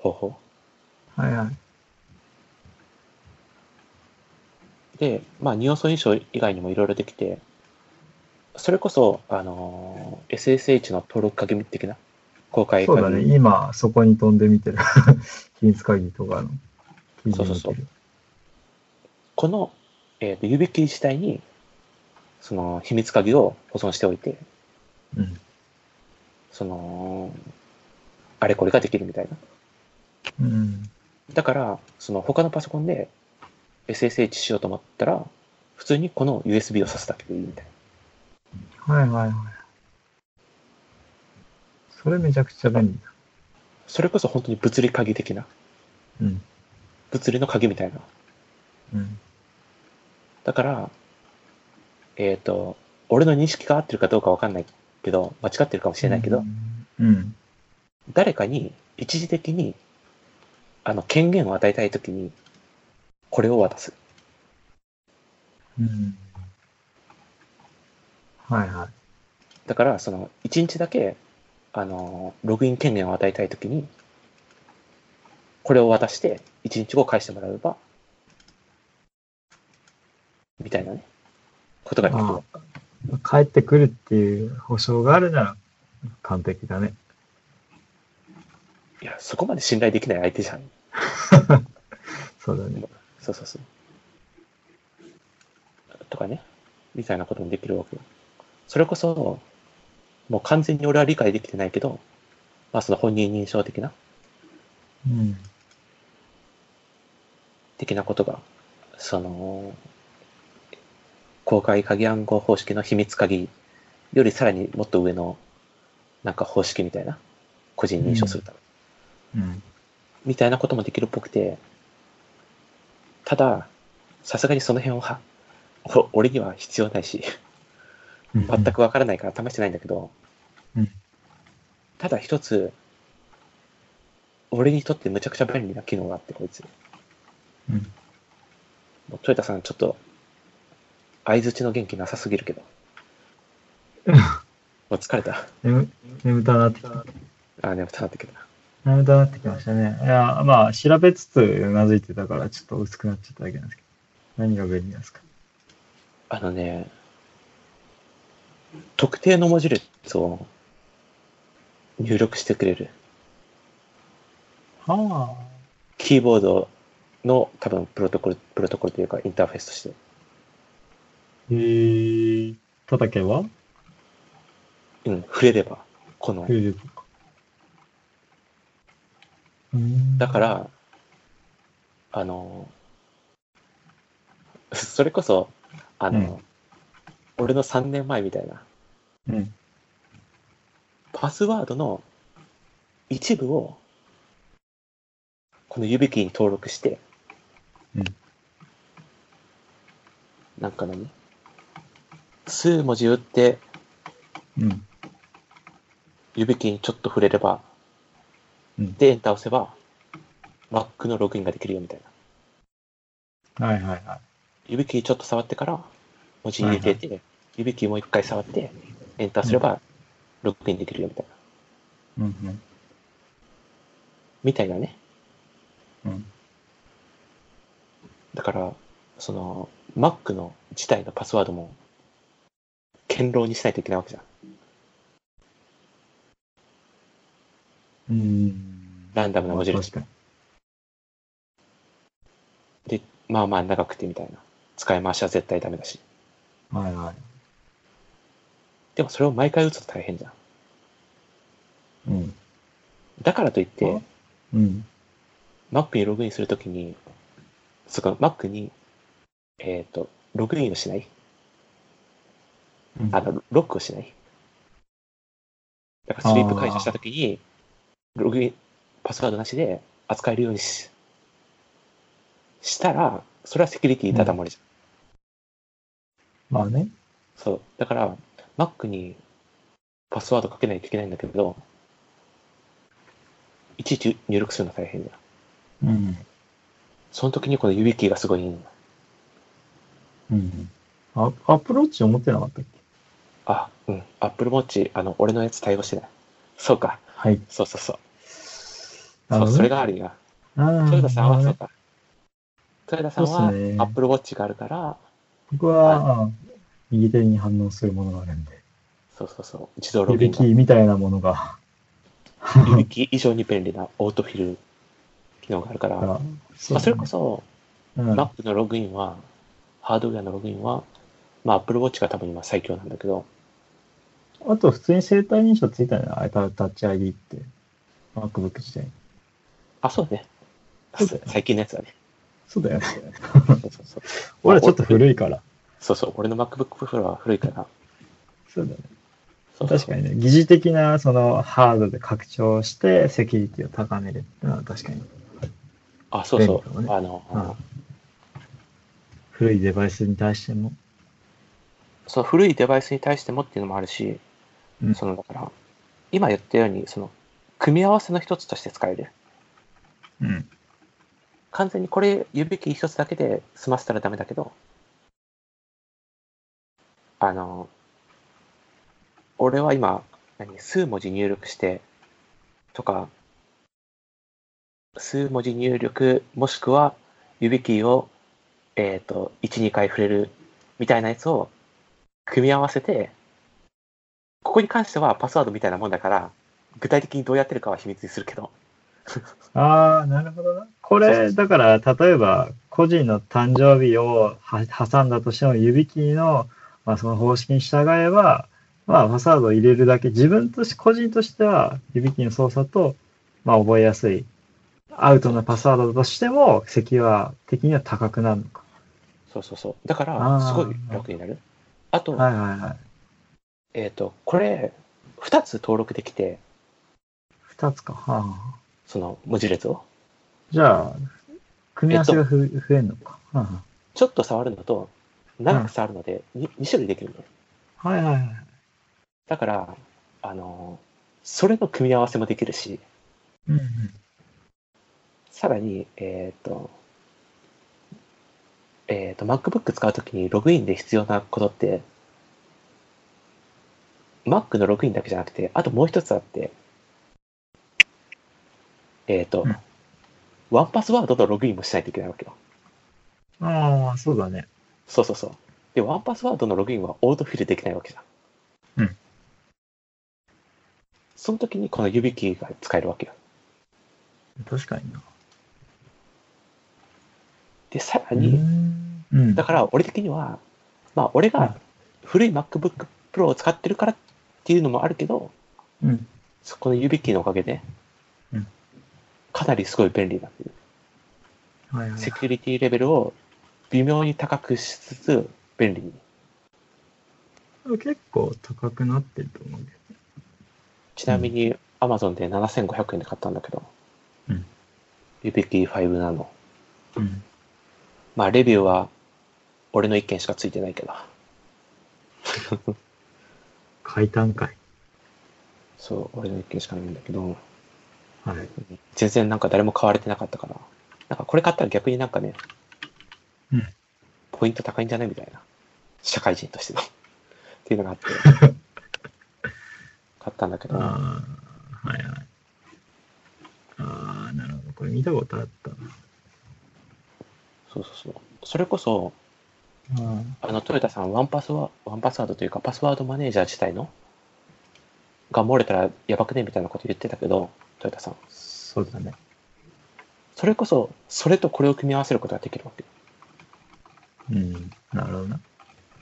S1: 方法。
S2: い。はいはい。
S1: で、まあ、二要素認証以外にもいろいろできて、それこそ、あのー SSH の登録鍵的な公開
S2: そう
S1: 鍵
S2: だね。今、そこに飛んでみてる。 秘密鍵とかの記事見てる。
S1: そうそうそうこの、えーと指切り自体に、その秘密鍵を保存しておいて、
S2: うん。
S1: その、あれこれができるみたいな。
S2: うん。
S1: だから、その他のパソコンで SSH しようと思ったら、普通にこの USB を挿すだけでいいみたいな。
S2: はいはいはい。それめちゃくちゃ便利だ。
S1: それこそ本当に物理鍵的な、
S2: うん。
S1: 物理の鍵みたいな。
S2: うん。
S1: だから、えっ、と、俺の認識が合ってるかどうかわかんないけど、間違ってるかもしれないけど、
S2: うん。
S1: 誰かに一時的に、あの、権限を与えたいときに、これを渡す。
S2: うん。はいはい。
S1: だから、その、一日だけ、あの、ログイン権限を与えたいときに、これを渡して、一日後返してもらえば、みたいなね、ことができる
S2: あ。帰ってくるっていう保証があるなら完璧だね。
S1: いや、そこまで信頼できない相手じゃん。
S2: そうだね。
S1: そうそうそう。とかね、みたいなこともできるわけよ。それこそ、もう完全に俺は理解できてないけど、まあその本人認証的な、
S2: うん。
S1: 的なことが、その、公開鍵暗号方式の秘密鍵よりさらにもっと上の、なんか方式みたいな、個人認証するため
S2: うん。
S1: みたいなこともできるっぽくて、ただ、さすがにその辺は、お俺には必要ないし、全くわからないから試してないんだけど、
S2: うん
S1: ただ一つ、俺にとってむちゃくちゃ便利な機能があって、こいつ。
S2: うん。
S1: もうトヨタさん、ちょっと、相づちの元気なさすぎる けど。もう疲れた。
S2: 眠眠たなってきた。
S1: あ、眠たなってきた。
S2: 眠たなってきましたね。いや、まあ、調べつつうなずいてたから、ちょっと薄くなっちゃっただけなんですけど。何が便利なんですか
S1: あのね、特定の文字列を入力してくれる。
S2: は
S1: キーボードの多分プロトコル、プロトコルというかインターフェースとして。
S2: あ。へえ。叩けば
S1: うん、触れれば、この。
S2: 90とか。うん
S1: だか、ら、あの、それこそ、あの、
S2: うん
S1: 俺の3年前みたいな、
S2: うん。
S1: パスワードの一部を、この指キーに登録して、
S2: うん
S1: なんか何数文字打って
S2: うん。
S1: 指キーにちょっと触れれば、
S2: うん
S1: で、エンター押せば、Mac のログインができるよみたいな。
S2: はいはいはい。
S1: 指キーちょっと触ってから、文字入れてて、指キーもう一回触って、エンターすれば、ログインできるよみたいな。
S2: うん
S1: みたいなね。
S2: うん。うん。
S1: だから、その、Mac の自体のパスワードも、堅牢にしないといけないわけじゃん。
S2: うん。
S1: ランダムな文字列
S2: 確かに。
S1: まあまあ長くてみたいな。使い回しは絶対ダメだし。
S2: はいは
S1: でもそれを毎回打つと大変じゃん。
S2: い。うん。
S1: だからといって、
S2: うん。
S1: Mac にログインするときに、そっか、Mac に、えっ、と、ログインをしない。あの、ロックをしない。だから、スリープ解除したときに、ログイン、パスワードなしで扱えるようにし、したら、それはセキュリティだだ漏れじゃん。
S2: まあね。
S1: そう。だから、Mac にパスワードかけないといけないんだけど、いちいち入力するの大変じゃん。
S2: うん。
S1: その時にこの指キーがすごいいいの。
S2: うん。あアプローチを持ってなかったっけ
S1: あ、うん。Apple Watch、あの、俺のやつ対応してない。そうか。
S2: はい。
S1: そうそうそう。そ
S2: なるほ
S1: う
S2: ど
S1: それがあるんや。
S2: ああ
S1: 豊田さんは、
S2: な
S1: そ
S2: る
S1: う
S2: ほどね
S1: か。豊田さんは
S2: そうっすね
S1: Apple Watch があるから、
S2: 僕は、あ右手に反応するものがあるんで、
S1: そうそうそう、自動ログイ
S2: 指
S1: ン
S2: キ
S1: が、
S2: ーみたいなものが、
S1: 指キー以上に便利なオートフィル機能があるから、ま
S2: そ
S1: あ、それこそ
S2: そ、うん、
S1: Mac のログインは、ハードウェアのログインは、まあ、Apple Watch が多分今最強なんだけど、
S2: あと普通に生体認証ついたよね、iPad Touch ID って。MacBook 時代に。
S1: あ、そうね。
S2: そうだよね
S1: 最近のやつだね。
S2: そうだよね。
S1: そうそうそう。
S2: 俺らちょっと古いから。
S1: そうそう、俺の MacBook Pro は古いから。
S2: そうだよね。
S1: そうそう
S2: 確かにね、疑似的なそのハードで拡張してセキュリティを高めるっていうのは確かに
S1: あ、そうそ
S2: 便利
S1: う。
S2: だね
S1: あの、
S2: うん古いデバイスに対しても。
S1: その古いデバイスに対してもっていうのもあるし、
S2: うん
S1: そのだから今言ったようにその組み合わせの一つとして使える
S2: うん。
S1: 完全にこれ指キー一つだけで済ませたらダメだけどあの俺は今何数文字入力してとか数文字入力もしくは指キーを、えー、と12回触れるみたいなやつを組み合わせてここに関してはパスワードみたいなもんだから具体的にどうやってるかは秘密にするけど
S2: ああ、なるほどな。これ、だから、例えば、個人の誕生日をは挟んだとしても、指切りの、まあ、その方式に従えば、まあ、パスワードを入れるだけ、自分とし、個人としては、指切りの操作と、まあ、覚えやすい、アウトなパスワードだとしても、セキュア的には高くなるのか。
S1: そうそうそう。だか
S2: あ
S1: ら、
S2: ー
S1: すごい楽になる。あと、
S2: はいはいはい。
S1: えっ、と、これ、2つ登録できて、
S2: 二つか。はあ、
S1: その文字列を、
S2: じゃあ、組み合わせがふ、増えるのか。はあ
S1: ちょっと触るのと、長く触るので、に 2, 種類できるのよ。
S2: はいはいはい。
S1: だから、あのーそれの組み合わせもできるし、
S2: うんうん。
S1: さらに、えっ、と、えっ、と、MacBook 使うときにログインで必要なことって、Mac のログインだけじゃなくて、あともう一つあって、えっ、と、
S2: うん
S1: ワンパスワードのログインもしないといけないわけよ。
S2: ああ、そうだね。
S1: そうそうそう。で、ワンパスワードのログインはオートフィルできないわけじゃん。
S2: うん。
S1: その時にこの指キーが使えるわけよ。
S2: 確かにな。
S1: で、さら
S2: う
S1: に、
S2: ん。うん
S1: だから俺的には、まあ俺が古い MacBook Pro を使ってるからっていうのもあるけど、
S2: うん。
S1: そこの指キーのおかげで
S2: うん、
S1: かなりすごい便利になってる。
S2: はいはい
S1: セキュリティレベルを微妙に高くしつつ便利に。
S2: はい。結構高くなってると思うけど。
S1: ちなみに Amazon で7500円で買ったんだけど、
S2: うん
S1: 指キー5なの。
S2: うん。
S1: まあレビューは俺の意見しかついてないけど。
S2: 買いたんかい。
S1: そう、俺の意見しかないんだけど、
S2: はい。
S1: 全然なんか誰も買われてなかったから。なんかこれ買ったら逆になんかね、
S2: うん
S1: ポイント高いんじゃないみたいな。社会人としての。 っていうのがあ って。買ったんだけど、
S2: ああ、はいはい。ああ、なるほど。これ見たことあったな。
S1: そうそうそう。それこそ、
S2: うん
S1: あの、トヨタさん、ワンパスワワンパスワードというか、パスワードマネージャー自体のが漏れたらやばくねみたいなこと言ってたけど、トヨタさん。
S2: そうだね。
S1: それこそ、それとこれを組み合わせることができるわけ。
S2: うん。なるほどな。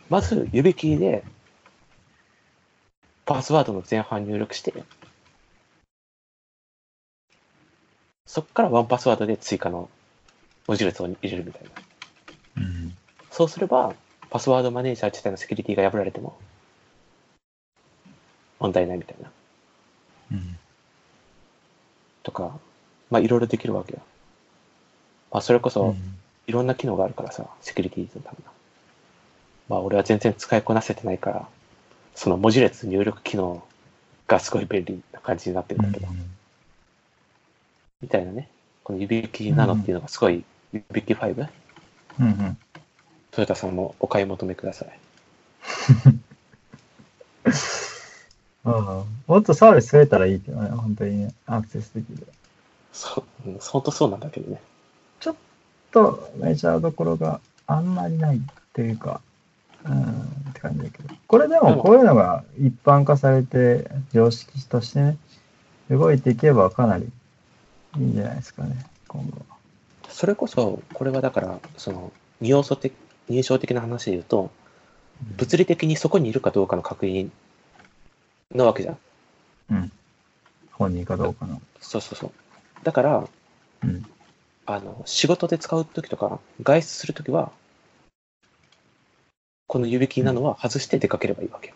S1: まず、指切りで、パスワードの前半入力して、そっからワンパスワードで追加の文字列を入れるみたいな。
S2: うん。
S1: そうすれば、パスワードマネージャー自体のセキュリティが破られても、問題ないみたいな。
S2: うん。
S1: とか、まあいろいろできるわけよ。まあそれこそ、いろんな機能があるからさ、セキュリティのための。まあ俺は全然使いこなせてないから、その文字列入力機能がすごい便利な感じになってるんだけど、みたいなね。この指切りなのっていうのがすごい、指切り5、
S2: うんうん。
S1: トヨタさんもお買い求めください。
S2: うん。もっとサービス増えたらいいけどね、本当にね、アクセスできる。
S1: そう、うん、本当そうなんだけどね。
S2: と、メジャーどころがあんまりないっていうか、うん、って感じだけど。これでもこういうのが一般化されて、常識としてね、動いていけばかなりいいんじゃないですかね、今後は。
S1: それこそ、これはだから、その、二要素的、認証的な話で言うと、物理的にそこにいるかどうかの確認なわけじゃん。
S2: 本人かどうかの。
S1: そうそうそう。だから、
S2: うん。
S1: あの、仕事で使うときとか、外出するときは、この指切りなのは外して出かければいいわけよ。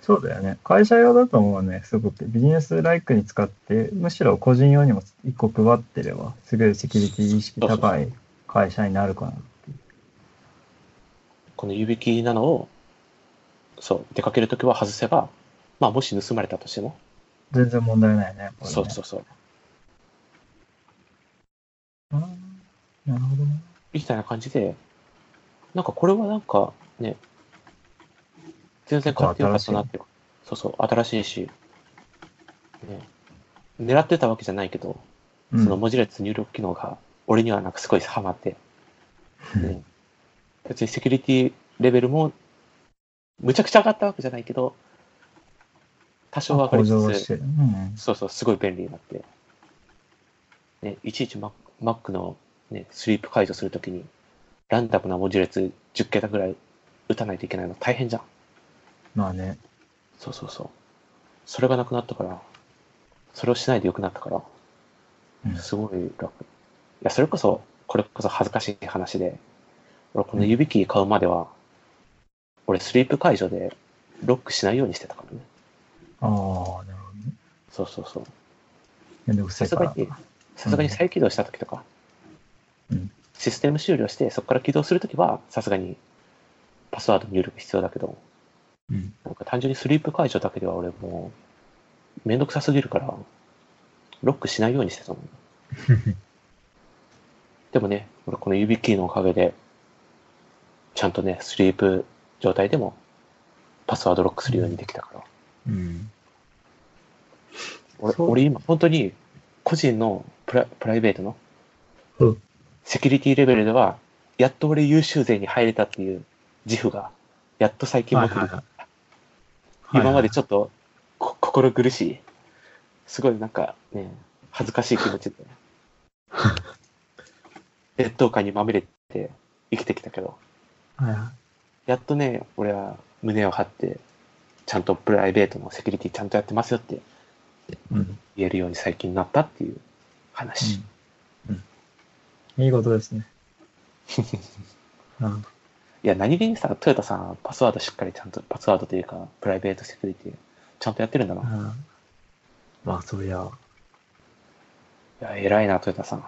S2: そうだよね。会社用だと思うね、すごく。ビジネスライクに使って、むしろ個人用にも一個配ってれば、すごいセキュリティ意識高い会社になるかな。
S1: この指切りなのを、そう、出かけるときは外せば、まあ、もし盗まれたとしても、
S2: 全然問題ないね。これね
S1: そうそうそう。
S2: うん。なるほどね。
S1: みたいな感じで、なんかこれはなんかね、全然買ってよかったなっていうか、そうそう、新しいし、ね、狙ってたわけじゃないけど、
S2: うん
S1: その文字列入力機能が俺にはなんかすごいハマって、ね、別にセキュリティレベルもむちゃくちゃ上がったわけじゃないけど、多少上がり
S2: 向上は
S1: つ
S2: し
S1: つ、
S2: てる。うん。
S1: そうそう、すごい便利になって、ね、いちいち Mac, Mac の、ね、スリープ解除するときに、ランダムな文字列10桁ぐらい打たないといけないの大変じゃん。
S2: まあね。
S1: そうそうそう。それがなくなったから、それをしないでよくなったから、
S2: うん
S1: すごい楽。いや、それこそ、これこそ恥ずかしい話で、俺この指キー買うまでは、俺スリープ解除でロックしないようにしてたからね。
S2: ああ、なるほどね。
S1: そうそうそう。
S2: めんどくさ
S1: さ
S2: い
S1: す
S2: か
S1: が
S2: ら。
S1: に、さすがに再起動したときとか、
S2: うん
S1: システム終了して、そこから起動するときは、さすがにパスワード入力必要だけど、
S2: うん。
S1: なんか単純にスリープ解除だけでは俺もう、めんどくさすぎるから、ロックしないようにしてたの。 でもね、俺この指キーのおかげで、ちゃんとね、スリープ状態でも、パスワードロックするようにできたから、
S2: うん。
S1: 俺
S2: そう
S1: 俺今本当に個人のプラプライベートの
S2: うん
S1: セキュリティレベルではやっと俺優秀勢に入れたっていう自負がやっと最近
S2: はい
S1: 僕、
S2: はいはい。
S1: 今まで
S2: はい
S1: ちょっとこ心苦しいすごいなんかね恥ずかしい気持ち で劣等感にまみれて生きてきたけど
S2: はいは
S1: やっとね俺は胸を張ってちゃんとプライベートのセキュリティちゃんとやってますよって
S2: い。うん。
S1: 言えるように最近になったっていう話、
S2: うん。うん。いいことです ね。うん。
S1: いや、何気にさ、トヨタさん、パスワードしっかりちゃんと、パスワードというか、プライベートセキュリティ、ちゃんとやってるんだな。
S2: う
S1: い
S2: ん。まあ、そりゃ、
S1: や、偉いな、トヨタさん。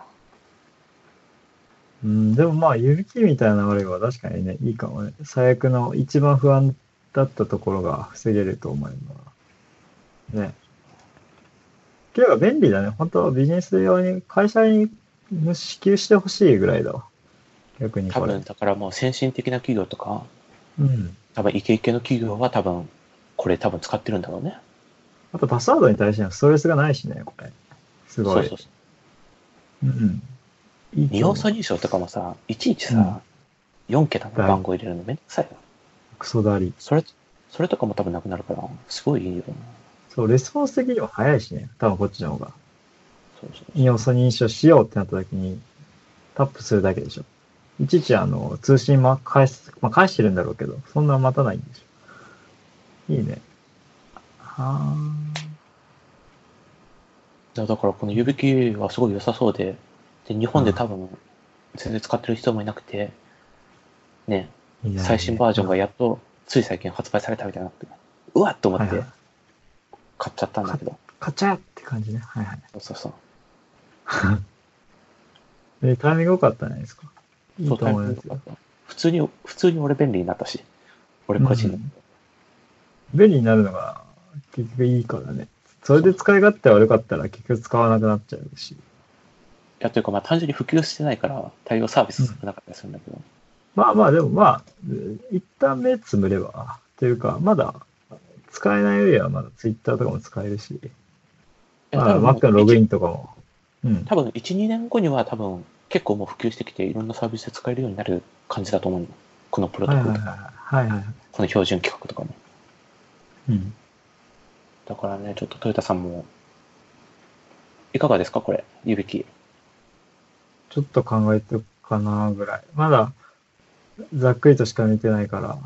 S2: うん、でもまあ、指切りみたいな流れは確かにね、いいかもね。最悪の一番不安だったところが防げると思えば。ね。ければ便利だね。本当ビジネス用に、会社に支給してほしいぐらいだわ。逆に
S1: 多
S2: これ
S1: 分、。だからもう先進的な企業とか、
S2: うん。
S1: 多分イケイケの企業は多分、これ多分使ってるんだろうね。
S2: あとパスワードに対してのストレスがないしね、これ。
S1: そ
S2: すご
S1: う
S2: い。
S1: そうそう。
S2: うんうん。いいと
S1: 二要
S2: 思う
S1: 素認証とかもさ、いちいちさ、
S2: うん
S1: 4桁の番号入れるのめんどくさいな。
S2: クソダリ。
S1: それ、それとかも多分なくなるから、すごいいいよな。
S2: そう、レスポンス的には早いしね。多分こっちの方が。
S1: そうそうそう
S2: 要素認証しようってなった時に、タップするだけでしょ。いちいちあの、通信ま、返す、まあ、返してるんだろうけど、そんな待たないんでしょ。いいね。は
S1: だだからこの指切りはすごい良さそうで、で、日本で多分全然使ってる人もいなくて、ね、
S2: ーいや
S1: 最新バージョンがやっとつい最近発売されたみたいになって、うわっと思っ
S2: はい
S1: て
S2: はい
S1: 買っちゃったんだけど、
S2: カチャって感じね。はいはい。
S1: そうそうそう。
S2: で、タイミング良かったんじゃないですか。いいと
S1: そう
S2: 思いますよ。
S1: 普通に、普通に俺便利になったし、俺個人の、
S2: うん便利になるのが結局いいからね。それで使い勝手悪かったら結局使わなくなっちゃうし。
S1: いやというかまあ単純に普及してないから対応サービス少なかったりするんだけど、
S2: まあまあでもまあ、一旦目つむれば、というか、まだ使えないよりはまだツイッターとかも使えるし、
S1: いや
S2: まあ、
S1: 多
S2: Mac の
S1: 分
S2: ログインとかも。うん。
S1: 多分1、2年後には多分結構もう普及してきていろんなサービスで使えるようになる感じだと思うのこのプロト
S2: はい
S1: コ
S2: はい
S1: ルとか、
S2: はい。はいはい。
S1: この標準規格とかも。
S2: うん。
S1: だからね、ちょっとトヨタさんも、いかがですかこれ、湯引き。
S2: ちょっと考えておくかなぐらい。まだ、ざっくりとしか見てないから、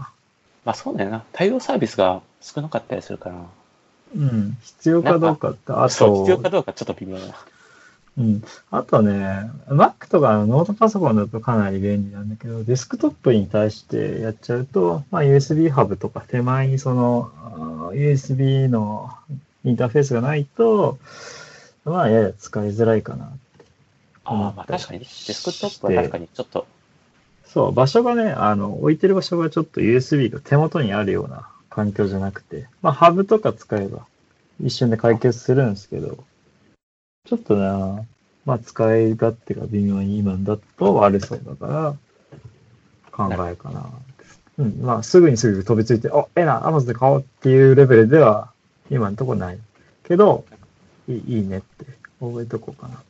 S1: まあそうだよな。対応サービスが少なかったりするから、
S2: うん。必要かどうかって、あ
S1: そう
S2: と
S1: 必、要かどうかちょっと微妙だな。
S2: うん。あとね、Mac とかノートパソコンだとかなり便利なんだけど、デスクトップに対してやっちゃうと、まあ、USB ハブとか手前にその、あー USB のインターフェースがないと、まあ、やや使いづらいかな。
S1: ああ、まあ確かに、デスクトップは確かにちょっと、
S2: そう、場所がね、あの、置いてる場所がちょっと USB が手元にあるような環境じゃなくて、まあ、ハブとか使えば一瞬で解決するんですけど、ちょっとな、まあ、使い勝手が微妙に今だと悪そうだから、考えかな。うん、まあ、すぐにすぐ飛びついて、お、ええな、アマゾンで買おうっていうレベルでは、今のとこない。けど、いいいいねって、覚えとこうかな。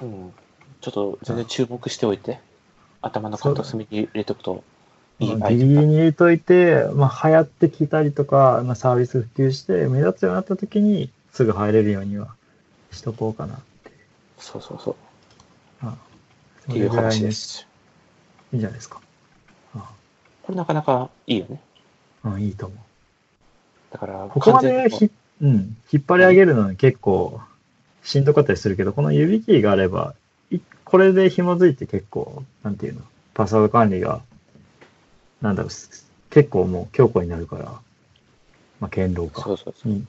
S1: うん、ちょっと全然注目しておいて、頭の片隅に入れておくと、いい
S2: ま
S1: ア
S2: あギ
S1: イ
S2: リ
S1: デ
S2: ギリ
S1: アだ。
S2: に入れといて、まあ、流行ってきたりとか、まあ、サービス普及して目立つようになった時にすぐ入れるようにはしとこうかな。
S1: そうそうそう。っ
S2: そ
S1: てい
S2: れ
S1: う
S2: ぐらい
S1: 話
S2: で
S1: で
S2: い
S1: す。
S2: いんじゃないですか。あ
S1: これなかなかいいよね。
S2: うん、いいと思う。
S1: だから、
S2: ここま
S1: 完全
S2: で
S1: に
S2: ひ、うん、引っ張り上げるのに結構しんどかったりするけど、この指キーがあれば、いこれで紐づいて結構、なんていうの、パスワード管理が、なんだろう、す結構もう強固になるから、まあ、堅牢か
S1: そ。うそうそう。
S2: うん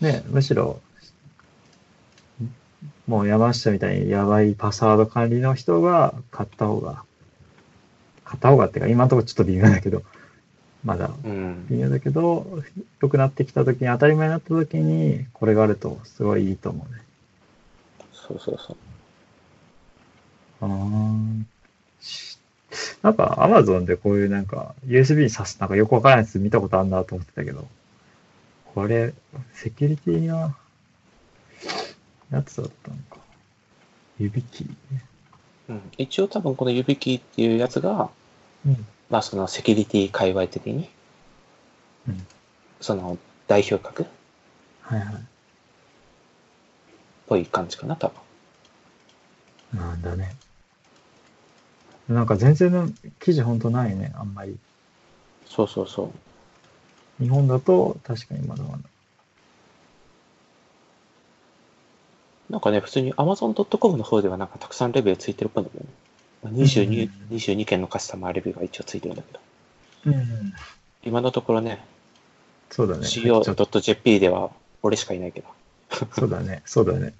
S2: ね、むしろ、もう山下みたいにやばいパスワード管理の人が買った方が、買った方がっていうか、今のところちょっと微妙だけど、まだ
S1: うん。
S2: 微妙だけど、良くなってきた時に、当たり前になった時に、これがあるとすごいいいと思うね。
S1: そうそうそう。
S2: あーしなんか Amazon でこういうなんか USB に挿すなんかよくわからないやつ見たことあるなと思ってたけど、これ、セキュリティなやつだったのか。指切りね。
S1: うん、一応多分この指キーっていうやつが、
S2: うん。
S1: まあそのセキュリティ界隈的に、
S2: うん
S1: その代表格っ
S2: はいはい。
S1: ぽい感じかな、多分。
S2: なんだね。なんか全然の記事ほんとないね、あんまり。
S1: そうそうそう。
S2: 日本だと確かにまだまだ。
S1: なんかね、普通に Amazon.com の方ではなんかたくさんレビューついてるっぽいんだけどね。まあ22
S2: うん
S1: 22件のカスタマーレビューが一応ついてるんだけど。
S2: うん。
S1: 今のところね、
S2: そうだね。ちょっと
S1: co.jp では俺しかいないけど、
S2: そうだね。そうだね。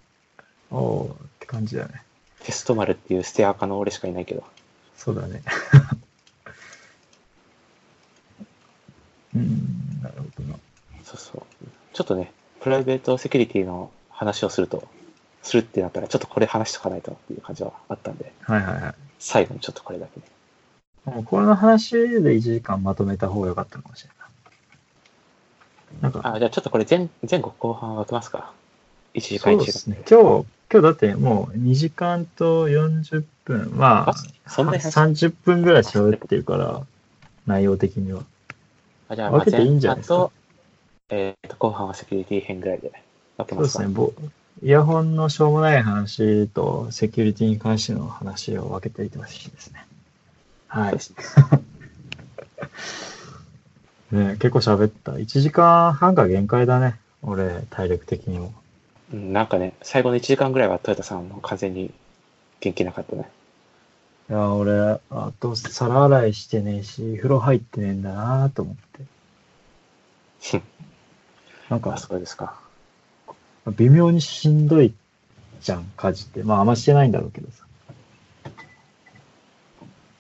S2: おおって感じだね。
S1: テスト丸っていうステアカの俺しかいないけど、
S2: そうだね。うん、なるほどな。
S1: そうそう。ちょっとね、プライベートセキュリティの話をすると、するってなったら、ちょっとこれ話しとかないとっていう感じはあったんで、
S2: はいはいはい。
S1: 最後にちょっとこれだけね。
S2: もうこの話で1時間まとめた方が良かったかもしれない。なんか、
S1: あ、じゃあちょっとこれ前前後後半分けますか。1時間1
S2: そうで
S1: 時間。
S2: すね。今日、今日だってもう2時間と40分、まあ、
S1: そんなに話
S2: 30分ぐらい喋ってるから、内容的には。
S1: あじゃあ、
S2: 分けていいんじゃないですか
S1: 前半と、えーと、後半はセキュリティ編ぐらいで分け
S2: そう
S1: ま
S2: ですす
S1: か
S2: ね、ぼイヤホンのしょうもない話とセキュリティに関しての話を分けていてほしいですね。はい。
S1: そうですね
S2: ね、結構喋った。1時間半が限界だね。俺、体力的にも。
S1: うんなんかね、最後の1時間ぐらいはトヨタさんも完全に元気なかったね。
S2: いや、俺、あと、皿洗いしてねえし、風呂入ってねえんだなと思って。なん
S1: あ、
S2: か、
S1: そうですか。
S2: 微妙にしんどいじゃん、家事って。まあ、あんましてないんだろうけどさ。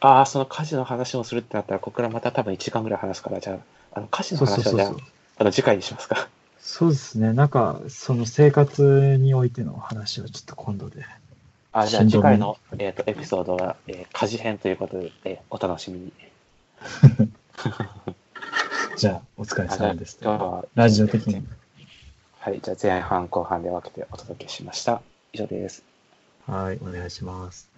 S1: ああ、その家事の話をするってなったら、ここからまた多分1時間ぐらい話すから、じゃあ、あの家事の
S2: そうそう
S1: 話は
S2: そう
S1: じゃ
S2: そ
S1: あ
S2: う。、
S1: あの次回にしますか。
S2: そうですね。なんか、その生活においての話をちょっと今度で。
S1: あじゃあ
S2: 心
S1: 次
S2: 臓に
S1: 回の、えー、とエピソードは、えー家事編ということで、えーお楽しみに。
S2: じゃあ、お疲
S1: あ
S2: れ
S1: じゃあ
S2: 様です。
S1: 今日は、
S2: ラジオ的に。
S1: はい、じゃあ前半後半で分けてお届けしました。以上です。
S2: はい、お願いします。